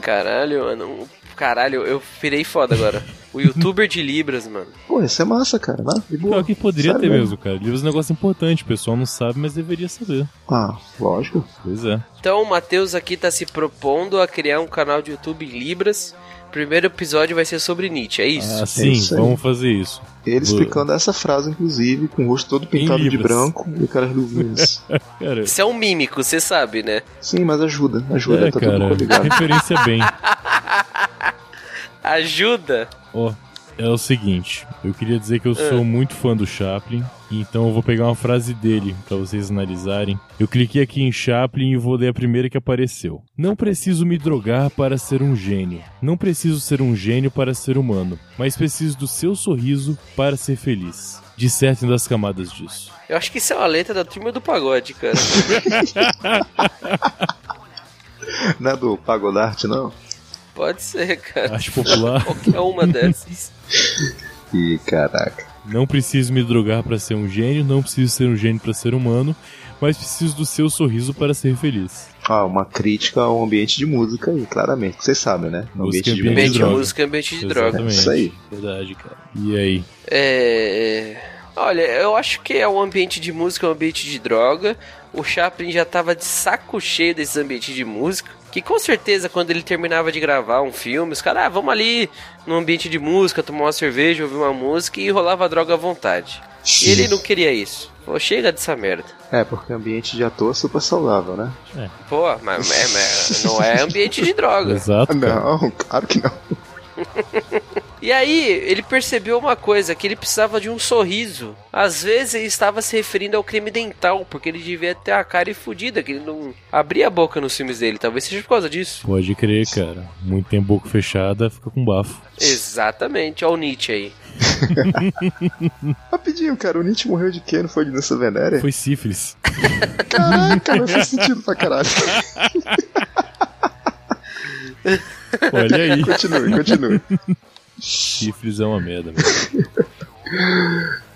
Speaker 2: Caralho, mano. Caralho, eu pirei foda agora. O youtuber de Libras, mano.
Speaker 3: Pô, isso é massa, cara, né? De boa.
Speaker 4: Pior que poderia
Speaker 3: Sério
Speaker 4: ter mesmo, cara. Livros é um negócio importante, o pessoal não sabe, mas deveria saber.
Speaker 3: Ah, lógico.
Speaker 4: Pois é.
Speaker 2: Então o Matheus aqui tá se propondo a criar um canal de YouTube em Libras. Primeiro episódio vai ser sobre Nietzsche, é isso?
Speaker 4: Ah, sim,
Speaker 3: isso aí.
Speaker 4: vamos fazer isso.
Speaker 3: Ele
Speaker 4: Boa.
Speaker 3: explicando essa frase, inclusive, com o rosto todo pintado de
Speaker 4: Libras.
Speaker 3: branco e aquelas luvinhas.
Speaker 4: Cara,
Speaker 2: Você é um mímico, você sabe, né?
Speaker 3: Sim, mas ajuda, ajuda,
Speaker 4: é,
Speaker 3: tá
Speaker 4: cara,
Speaker 3: tudo ligado.
Speaker 4: referência é bem.
Speaker 2: Ajuda!
Speaker 4: Ó, é o seguinte, eu queria dizer
Speaker 3: É.
Speaker 4: que eu sou muito fã do Chaplin, então eu vou pegar uma frase dele pra vocês analisarem. Eu cliquei aqui em Chaplin e vou ler a primeira que apareceu. Não preciso me drogar para ser um gênio. Não preciso ser um gênio para ser humano, mas preciso do seu sorriso para ser feliz. Dissertem das camadas disso.
Speaker 2: Eu acho que isso é uma letra da turma do pagode, cara.
Speaker 3: Não é do Pagodarte, não?
Speaker 2: Pode ser, cara.
Speaker 4: Arte popular.
Speaker 2: Qualquer uma dessas.
Speaker 3: Ih, caraca.
Speaker 4: Não preciso me drogar para ser um gênio, não preciso ser um gênio para ser humano, mas preciso do seu sorriso para ser feliz.
Speaker 3: Ah, uma crítica ao ambiente de música aí, claramente. Vocês sabem, né? No
Speaker 4: Música
Speaker 3: ambiente de
Speaker 4: e
Speaker 2: Ambiente de
Speaker 4: droga.
Speaker 2: música, ambiente de droga.
Speaker 4: Exatamente.
Speaker 3: Isso aí.
Speaker 4: Verdade, cara. E aí?
Speaker 2: É. Olha, eu acho que é um ambiente de música, é um ambiente de droga. O Chaplin já tava de saco cheio desses ambientes de música. Que com certeza, quando ele terminava de gravar um filme, os caras, ah, vamos ali no ambiente de música, tomar uma cerveja, ouvir uma música e rolava droga à vontade. E ele não queria isso. Pô, chega dessa merda.
Speaker 3: É, porque ambiente de ator é super saudável, né?
Speaker 2: Pô, mas, mas- mas não é ambiente de droga.
Speaker 4: Exato. cara.
Speaker 3: Ah, Não, claro que não.
Speaker 2: E aí, ele percebeu uma coisa, que ele precisava de um sorriso. Às vezes ele estava se referindo ao creme dental, porque ele devia ter a cara fodida, que ele não abria a boca nos filmes dele. Talvez seja por causa disso.
Speaker 4: Pode crer, cara. Muito tempo boca fechada, fica com bafo.
Speaker 2: Exatamente, olha o Nietzsche aí.
Speaker 3: Rapidinho, cara, o Nietzsche morreu de quê? Não foi de doença venérea?
Speaker 4: Foi sífilis.
Speaker 3: Caraca, não faz sentido pra caralho.
Speaker 4: Olha aí.
Speaker 3: Continue, continue.
Speaker 4: sífilis é uma merda, mesmo.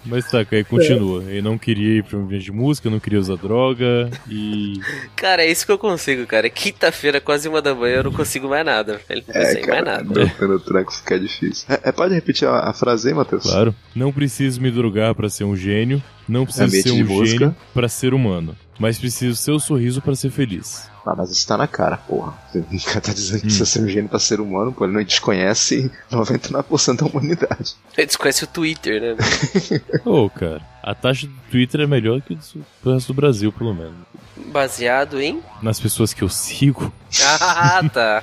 Speaker 4: Mas tá, cara, continua. Ele não queria ir pra um ambiente de música, não queria usar droga e.
Speaker 2: Cara, é isso que eu consigo, cara. Quinta-feira, quase uma da manhã, eu não consigo mais nada. velho.
Speaker 4: É,
Speaker 2: Não sei mais nada.
Speaker 3: Botando É, o tranco fica difícil. É, é, pode repetir a, a frase aí, Matheus?
Speaker 4: Claro. Não preciso me drogar pra ser um gênio, não preciso
Speaker 3: Ambiente
Speaker 4: ser
Speaker 3: É de
Speaker 4: um
Speaker 3: música.
Speaker 4: gênio pra ser humano, mas preciso ser o sorriso pra ser feliz.
Speaker 3: Ah, mas isso tá na cara, porra. O cara tá dizendo que
Speaker 4: Hum.
Speaker 3: precisa ser um gênio pra ser humano, pô, ele não é, desconhece 99% da humanidade.
Speaker 2: Ele desconhece o Twitter, né?
Speaker 4: Ô, cara, a taxa do Twitter é melhor que do resto do Brasil, pelo menos.
Speaker 2: Baseado em...
Speaker 4: Nas pessoas que eu sigo.
Speaker 2: Ah, tá.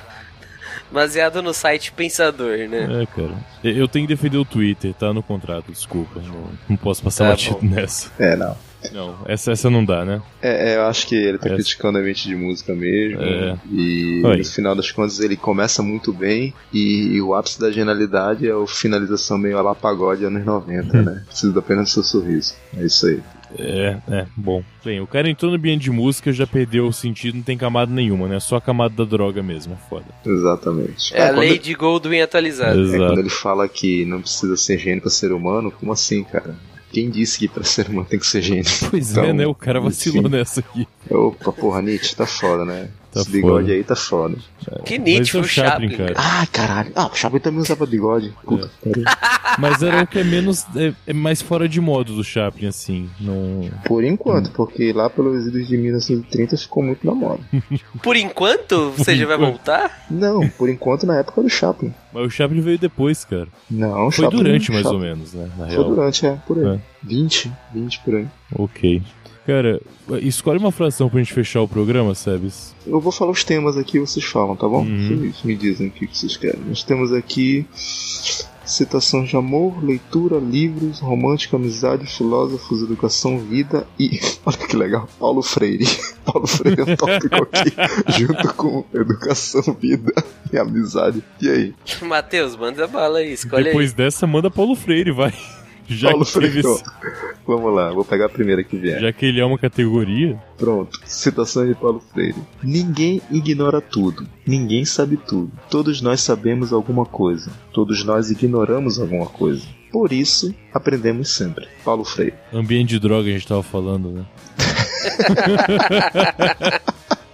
Speaker 2: Baseado no site Pensador, né?
Speaker 4: É, cara. Eu eu tenho que defender o Twitter, tá no contrato, desculpa. Não, não posso passar
Speaker 2: Tá
Speaker 4: batido
Speaker 2: bom.
Speaker 4: nessa.
Speaker 3: É, não.
Speaker 4: Não, essa, essa não dá, né?
Speaker 3: É, é, eu acho que ele tá
Speaker 4: É.
Speaker 3: criticando a mente de música mesmo.
Speaker 4: É.
Speaker 3: E
Speaker 4: Oi.
Speaker 3: no final das contas ele começa muito bem. E, o ápice da genialidade é a finalização meio a la pagode anos 90, né? Preciso apenas do seu sorriso. É isso aí.
Speaker 4: É, é, bom. Bem, o cara entrou no ambiente de música, já perdeu o sentido, não tem camada nenhuma, né? Só a camada da droga mesmo, é foda.
Speaker 3: Exatamente.
Speaker 2: É a
Speaker 3: quando-
Speaker 2: lei de Goldwyn atualizada.
Speaker 3: É, quando
Speaker 4: Exato.
Speaker 3: ele fala que não precisa ser gênio pra ser humano, como assim, cara? Quem disse que pra ser humano tem que ser gênio?
Speaker 4: Pois é,
Speaker 3: Então,
Speaker 4: né? O cara vacilou
Speaker 3: enfim.
Speaker 4: nessa aqui.
Speaker 3: Opa, porra, Nietzsche, tá foda, né?
Speaker 4: Tá
Speaker 3: Esse bigode
Speaker 4: foda.
Speaker 3: aí tá foda.
Speaker 2: Que
Speaker 4: Mas
Speaker 2: Nietzsche
Speaker 4: isso
Speaker 2: foi
Speaker 4: é o
Speaker 2: o Chaplin,
Speaker 4: Chaplin, cara.
Speaker 3: Ah, caralho. Ah, o Chaplin também usava bigode.
Speaker 4: É,
Speaker 3: Puta, pariu.
Speaker 4: Mas era o que é menos. É, é mais fora de modo do Chaplin, assim. Não.
Speaker 3: Por enquanto, porque lá pelos idos de 1930 ficou muito na moda.
Speaker 2: Por enquanto, você já vai
Speaker 4: enquanto.
Speaker 2: voltar?
Speaker 3: Não, por enquanto na época do Chaplin.
Speaker 4: Mas o Chaplin veio depois, cara.
Speaker 3: Não,
Speaker 4: Foi
Speaker 3: Chaplin,
Speaker 4: durante, mais
Speaker 3: Chaplin.
Speaker 4: ou menos, né? Na
Speaker 3: Foi
Speaker 4: real.
Speaker 3: durante, é, por aí.
Speaker 4: É.
Speaker 3: 20, 20 por aí.
Speaker 4: Ok. Cara, escolhe uma fração pra gente fechar o programa, Sebes.
Speaker 3: Eu vou falar os temas aqui e vocês falam, tá bom?
Speaker 4: Uhum.
Speaker 3: Vocês me dizem o que que vocês querem. Nós temos aqui citações de amor, leitura, livros, romântica, amizade, filósofos, educação, vida e. Olha que legal, Paulo Freire. Paulo Freire é um tópico aqui, junto com educação, vida e amizade. E aí?
Speaker 2: Matheus, manda bala aí, escolhe
Speaker 4: Depois dessa, manda Paulo Freire, vai. Já
Speaker 3: Paulo
Speaker 4: que teve
Speaker 3: Freire.
Speaker 4: esse-
Speaker 3: ó. Vamos lá, vou pegar a primeira que vier.
Speaker 4: Já que ele é uma categoria.
Speaker 3: Pronto, citação de Paulo Freire. Ninguém ignora tudo. Ninguém sabe tudo. Todos nós sabemos alguma coisa. Todos nós ignoramos alguma coisa. Por isso, aprendemos sempre. Paulo Freire.
Speaker 4: Ambiente de droga, a gente tava falando, né?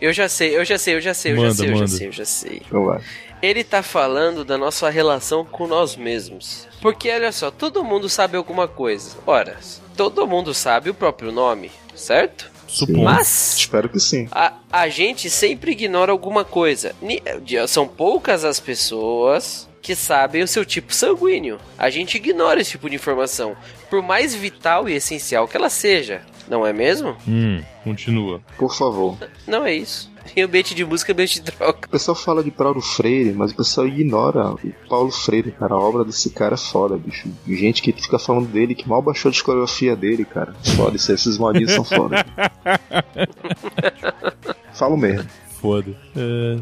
Speaker 2: Eu já sei, eu já sei, eu já sei, eu
Speaker 4: Manda,
Speaker 2: já sei, eu já
Speaker 4: manda.
Speaker 2: sei, eu já sei.
Speaker 3: Então vai.
Speaker 2: Ele tá falando da nossa relação com nós mesmos. Porque olha só, todo mundo sabe alguma coisa. Ora, todo mundo sabe o próprio nome, certo?
Speaker 4: Suponho.
Speaker 2: Mas
Speaker 3: Espero que sim.
Speaker 2: a, a gente sempre ignora alguma coisa. Ni- de- São poucas as pessoas que sabem o seu tipo sanguíneo. A gente ignora esse tipo de informação, por mais vital e essencial que ela seja. Não é mesmo?
Speaker 4: Hum, continua.
Speaker 3: Por favor.
Speaker 2: Não é isso. Em ambiente de música, ambiente de droga.
Speaker 3: O pessoal fala de Paulo Freire, mas o pessoal ignora o Paulo Freire, cara. A obra desse cara é foda, bicho. Gente que fica falando dele, que mal baixou a discografia dele, cara. Foda isso, aí, esses malditos são foda. Falo mesmo.
Speaker 4: Foda. É,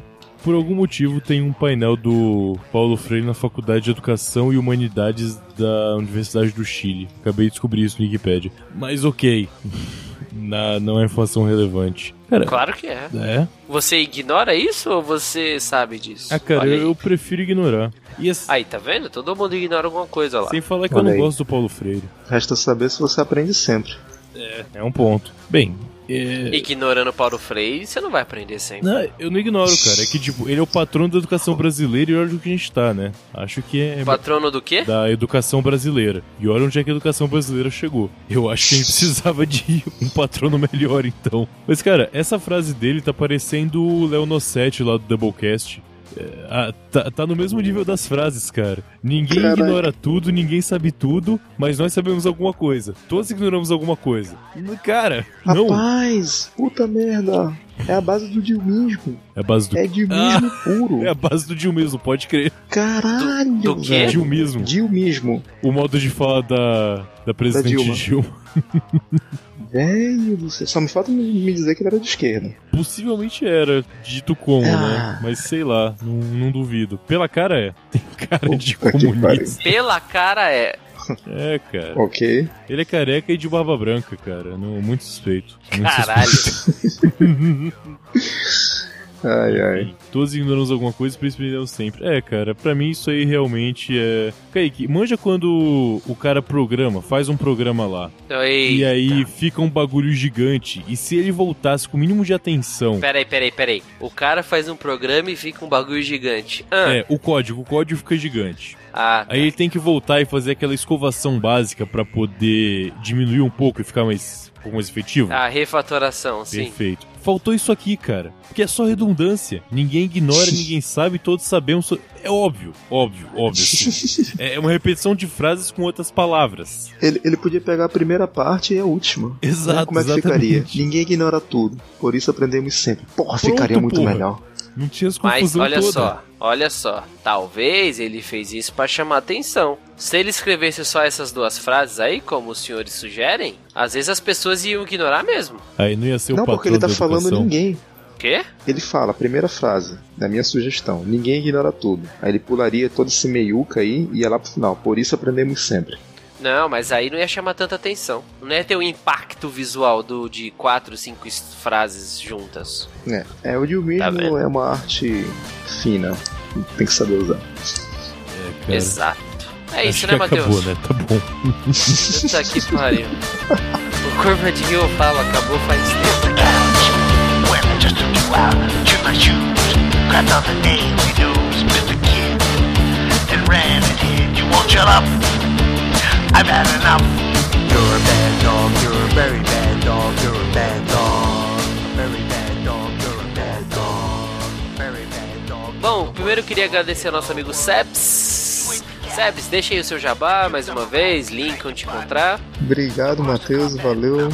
Speaker 4: por algum motivo tem um painel do Paulo Freire na Faculdade de Educação e Humanidades da Universidade do Chile. Acabei de descobrir isso no Wikipedia. Mas ok. Na- não é informação relevante. Cara,
Speaker 2: Claro que é.
Speaker 4: é.
Speaker 2: Você ignora isso ou você sabe disso?
Speaker 4: Ah, cara,
Speaker 2: Olha aí.
Speaker 4: eu, eu prefiro ignorar. E assim,
Speaker 2: Aí, tá vendo? Todo mundo ignora alguma coisa lá.
Speaker 4: sem falar que
Speaker 3: Olha
Speaker 4: eu não
Speaker 3: aí.
Speaker 4: gosto do Paulo Freire.
Speaker 3: Resta saber se você aprende sempre.
Speaker 4: É um ponto. Bem, é,
Speaker 2: Ignorando Paulo Freire, você não vai aprender sempre.
Speaker 4: Não, eu não ignoro, cara. É que, tipo, ele é o patrono da educação brasileira e olha onde que a gente tá, né? Acho que é
Speaker 2: Patrono do quê?
Speaker 4: da educação brasileira. E olha onde é que a educação brasileira chegou. Eu acho que a gente precisava de um patrono melhor, então. Mas, cara, essa frase dele tá parecendo o Léo Nossetti lá do Doublecast. É, ah, tá, tá no mesmo nível das frases, cara. Ninguém
Speaker 3: Caraca.
Speaker 4: ignora tudo, ninguém sabe tudo, mas nós sabemos alguma coisa. Todos ignoramos alguma coisa. Cara, não.
Speaker 3: Rapaz, puta merda. É a base do dilmismo.
Speaker 4: É a base do.
Speaker 3: É dilmismo puro.
Speaker 4: É a base do Dilmismo, pode crer.
Speaker 3: Caralho,
Speaker 2: Do- do quê?
Speaker 3: velho.
Speaker 4: Dilmismo.
Speaker 3: Dilmismo.
Speaker 4: O modo de falar da, da presidente
Speaker 3: Dilma.
Speaker 4: Dilma.
Speaker 3: Velho do céu. Só me falta me me dizer que ele era de esquerda.
Speaker 4: Possivelmente era dito como,
Speaker 3: Ah.
Speaker 4: né? Mas sei lá, não, não duvido. Pela cara é. Tem cara de
Speaker 3: Puta que
Speaker 4: comunista.
Speaker 2: Pela cara é.
Speaker 4: É, cara.
Speaker 3: Ok.
Speaker 4: Ele é careca e de barba branca, cara. Não, muito suspeito. Muito
Speaker 2: Caralho.
Speaker 3: Ai, ai.
Speaker 4: suspeito. Todos ignoramos alguma coisa e principalmente sempre. É, cara, pra mim isso aí realmente é. Kaique, manja quando o cara programa, faz um programa lá.
Speaker 2: Ei.
Speaker 4: E aí fica um bagulho gigante. E se ele voltasse com o mínimo de atenção.
Speaker 2: Peraí, peraí, peraí. O cara faz um programa e fica um bagulho gigante. Ah,
Speaker 4: É, o código, o código fica gigante.
Speaker 2: ah
Speaker 4: Aí ele tem que voltar e fazer aquela escovação básica pra poder diminuir um pouco e ficar mais, um pouco mais efetivo.
Speaker 2: a refatoração, Ah, sim.
Speaker 4: Perfeito. Faltou isso aqui, cara. Porque é só redundância. Ninguém ignora, ninguém sabe, todos sabemos. so- É óbvio, óbvio, óbvio. assim. é uma repetição de frases com outras palavras.
Speaker 3: Ele, ele podia pegar a primeira parte e a última.
Speaker 4: Exato,
Speaker 3: Como é que
Speaker 4: exatamente.
Speaker 3: ficaria? Ninguém ignora tudo. Por isso aprendemos sempre. Porra,
Speaker 4: Pronto,
Speaker 3: ficaria muito
Speaker 4: porra.
Speaker 3: melhor.
Speaker 4: Não tinha as
Speaker 2: Mas
Speaker 4: confusão
Speaker 2: olha
Speaker 4: toda.
Speaker 2: só, olha só. Talvez ele fez isso pra chamar atenção. Se ele escrevesse só essas duas frases aí, como os senhores sugerem, às vezes as pessoas iam ignorar mesmo.
Speaker 4: Aí não ia ser
Speaker 3: Não,
Speaker 4: o patrão
Speaker 3: porque ele tá
Speaker 4: da
Speaker 3: falando
Speaker 4: educação.
Speaker 3: ninguém.
Speaker 2: Quê?
Speaker 3: Ele fala, a primeira frase, da minha sugestão, ninguém ignora tudo. Aí ele pularia todo esse meiuca aí e ia lá pro final. Por isso aprendemos sempre.
Speaker 2: Não, mas aí não ia chamar tanta atenção. Não ia ter o impacto visual do de quatro, cinco es- frases juntas.
Speaker 3: É, é o
Speaker 2: Tá
Speaker 3: dilmismo
Speaker 2: vendo?
Speaker 3: é uma arte fina. Tem que saber usar.
Speaker 4: É, cara.
Speaker 2: Exato. É isso,
Speaker 4: Acho
Speaker 2: né,
Speaker 4: que acabou,
Speaker 2: Matheus?
Speaker 4: né? Tá bom.
Speaker 2: Puta que pariu. O Curva de Rio eu falo, acabou faz tempo.
Speaker 5: Well, just a few out, chew my shoes, grabbed on the name we knew, spit the kid, and ran and hid. You won't shut up. I've had enough. You're a bad dog. You're a very bad dog. You're a bad dog. Very bad dog. You're a bad dog. Very bad dog.
Speaker 2: Bom, primeiro eu queria agradecer ao nosso amigo Sebs. Sebs, deixa aí o seu jabá mais uma vez, link onde te encontrar.
Speaker 3: Obrigado, Matheus. Valeu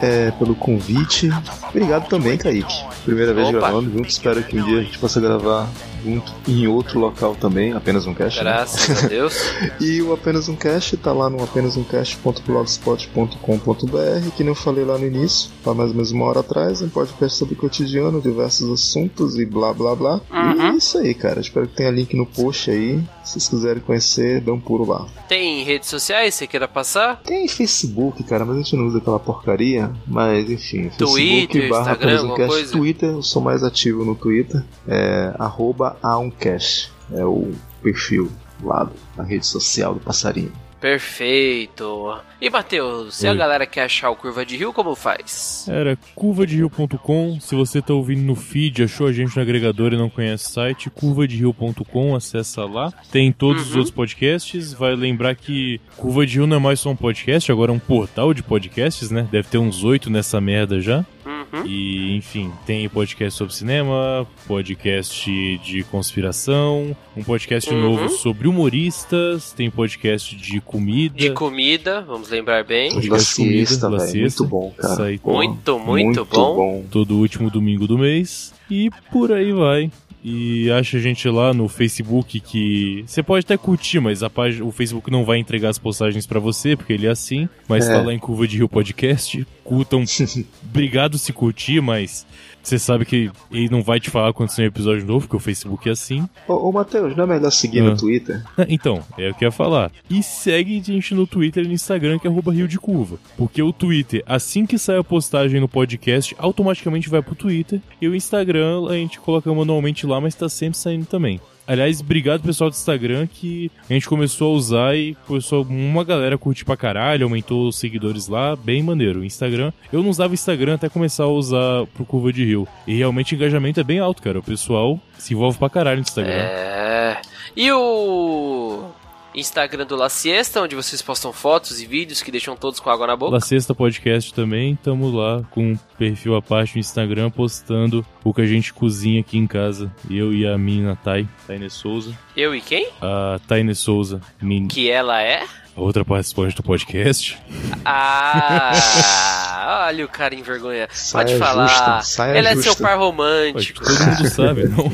Speaker 3: é, pelo convite. Obrigado também, Kaique. Primeira vez
Speaker 2: Opa.
Speaker 3: gravando junto. Espero que um dia a gente possa gravar junto em outro local também. Apenas um cast. né?
Speaker 2: Graças a Deus.
Speaker 3: E o Apenas um Cast tá lá no apenasumcast.blogspot.com.br, que nem eu falei lá no início, tá mais ou menos uma hora atrás, um podcast sobre cotidiano, diversos assuntos e blá blá blá.
Speaker 2: Uhum.
Speaker 3: E é isso aí, cara. Espero que tenha link no post aí. Se vocês quiserem conhecer, dão um puro lá.
Speaker 2: Tem redes sociais, você queira passar?
Speaker 3: Tem Facebook, cara, mas a gente não usa aquela porcaria. Mas enfim,
Speaker 2: Twitter,
Speaker 3: Facebook barra
Speaker 2: Instagram,
Speaker 3: Apenas um
Speaker 2: alguma
Speaker 3: Cast.
Speaker 2: coisa?
Speaker 3: Twitter, eu sou mais ativo no Twitter. É arroba aumcast. É o perfil lá da rede social do passarinho.
Speaker 2: Perfeito. E Matheus, se a
Speaker 4: Oi.
Speaker 2: galera quer achar o Curva de Rio, como faz?
Speaker 4: Era curvaderio.com. Se você tá ouvindo no feed, achou a gente no agregador e não conhece o site, curvaderio.com, acessa lá. Tem todos os
Speaker 2: Uhum.
Speaker 4: outros podcasts. Vai lembrar que Curva de Rio não é mais só um podcast, agora é um portal de podcasts, né? Deve ter uns oito nessa merda já.
Speaker 2: Uhum.
Speaker 4: E, enfim, tem podcast sobre cinema, podcast de conspiração, um podcast
Speaker 2: Uhum.
Speaker 4: novo sobre humoristas, tem podcast de comida.
Speaker 2: De comida, vamos lembrar bem.
Speaker 4: Podcast
Speaker 3: Lacista,
Speaker 4: comida,
Speaker 3: velho.
Speaker 4: Lacista.
Speaker 3: Muito bom, cara.
Speaker 4: Isso aí.
Speaker 3: Porra,
Speaker 2: Muito, muito bom.
Speaker 4: todo último domingo do mês e por aí vai. E acha a gente lá no Facebook que você pode até curtir, mas a página, o Facebook não vai entregar as postagens pra você, porque ele é assim, mas
Speaker 3: É.
Speaker 4: tá lá em Curva de Rio Podcast, curtam, obrigado se curtir, mas você sabe que ele não vai te falar quando sair um episódio novo, porque o Facebook é assim.
Speaker 3: Ô, ô Matheus, não é melhor seguir no
Speaker 4: Ah.
Speaker 3: Twitter?
Speaker 4: Ah, Então, é o que eu ia falar. E segue a gente no Twitter e no Instagram, que é arroba Rio de Curva. Porque o Twitter, assim que sai a postagem no podcast, automaticamente vai pro Twitter. E o Instagram a gente coloca manualmente lá, mas tá sempre saindo também. Aliás, obrigado pessoal do Instagram que a gente começou a usar e começou uma galera curte pra caralho, aumentou os seguidores lá, bem maneiro. O Instagram, eu não usava o Instagram até começar a usar pro Curva de Rio. E realmente o engajamento é bem alto, cara. O pessoal se envolve pra caralho no Instagram.
Speaker 2: É. E o Instagram do La Siesta, onde vocês postam fotos e vídeos que deixam todos com água na boca.
Speaker 4: La Sexta Podcast também, tamo lá com um perfil à parte no Instagram postando o que a gente cozinha aqui em casa. Eu e a mina Thay, Taine Souza.
Speaker 2: Eu e quem?
Speaker 4: A Taine Souza, min...
Speaker 2: Que ela é?
Speaker 4: a outra participante do podcast.
Speaker 2: Ah! olha o cara envergonha. Pode
Speaker 3: Saia
Speaker 2: falar.
Speaker 3: justa, saia
Speaker 2: ela é
Speaker 3: justa.
Speaker 2: seu par
Speaker 4: Acho
Speaker 2: romântico.
Speaker 4: que todo mundo sabe, não?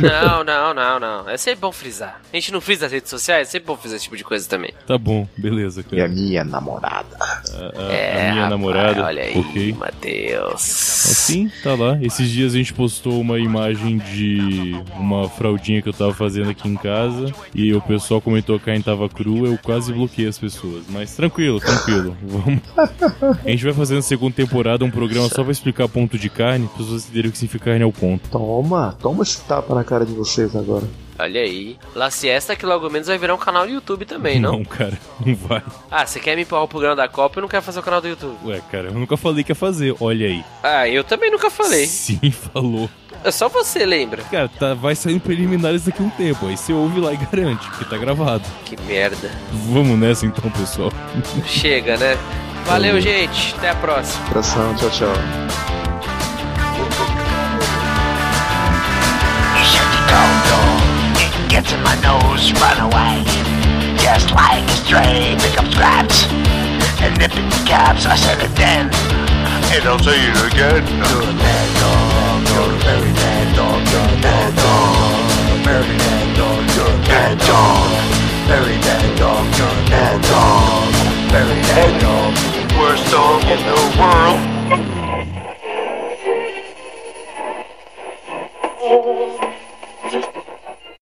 Speaker 2: Não, não, não, não. É sempre bom frisar. A gente não frisa as redes sociais, é sempre bom frisar esse tipo de coisa também.
Speaker 4: Tá bom, beleza,
Speaker 3: E a
Speaker 4: cara.
Speaker 3: minha namorada.
Speaker 4: A, a-
Speaker 2: é,
Speaker 4: a minha
Speaker 2: rapaz,
Speaker 4: namorada,
Speaker 2: Olha aí,
Speaker 4: ok.
Speaker 2: Matheus.
Speaker 4: Assim, tá lá. Esses dias a gente postou uma imagem de uma fraldinha que eu tava fazendo aqui em casa e o pessoal comentou que a gente tava cru, eu quase bloqueei as pessoas. Mas tranquilo, tranquilo. Vamos. A gente vai fazer na segunda temporada um programa só pra explicar ponto de carne, as pessoas entenderem o que significa carne ao ponto.
Speaker 3: Toma, toma esse tapa na cara de vocês agora.
Speaker 2: Olha aí. La Siesta que logo menos vai virar um canal do YouTube também, não?
Speaker 4: cara, não vai.
Speaker 2: Ah, você quer me empurrar pro programa da Copa e não quer fazer o canal do YouTube?
Speaker 4: Ué, cara, eu nunca falei que ia fazer. Olha aí.
Speaker 2: Ah, eu também nunca falei.
Speaker 4: Sim, falou.
Speaker 2: É Só você lembra.
Speaker 4: Cara, tá, vai saindo preliminares daqui a um tempo. Aí você ouve lá e garante, porque tá gravado.
Speaker 2: Que merda.
Speaker 4: Vamos nessa então, pessoal.
Speaker 2: Chega, né? Valeu, gente. Até a próxima.
Speaker 3: Abração, tchau, tchau.
Speaker 5: You shut the cold door, it gets in my nose, run away. Just like a stray, pick up scraps and nip in caps. I said it then, and I'll say it again. Do a bad dog.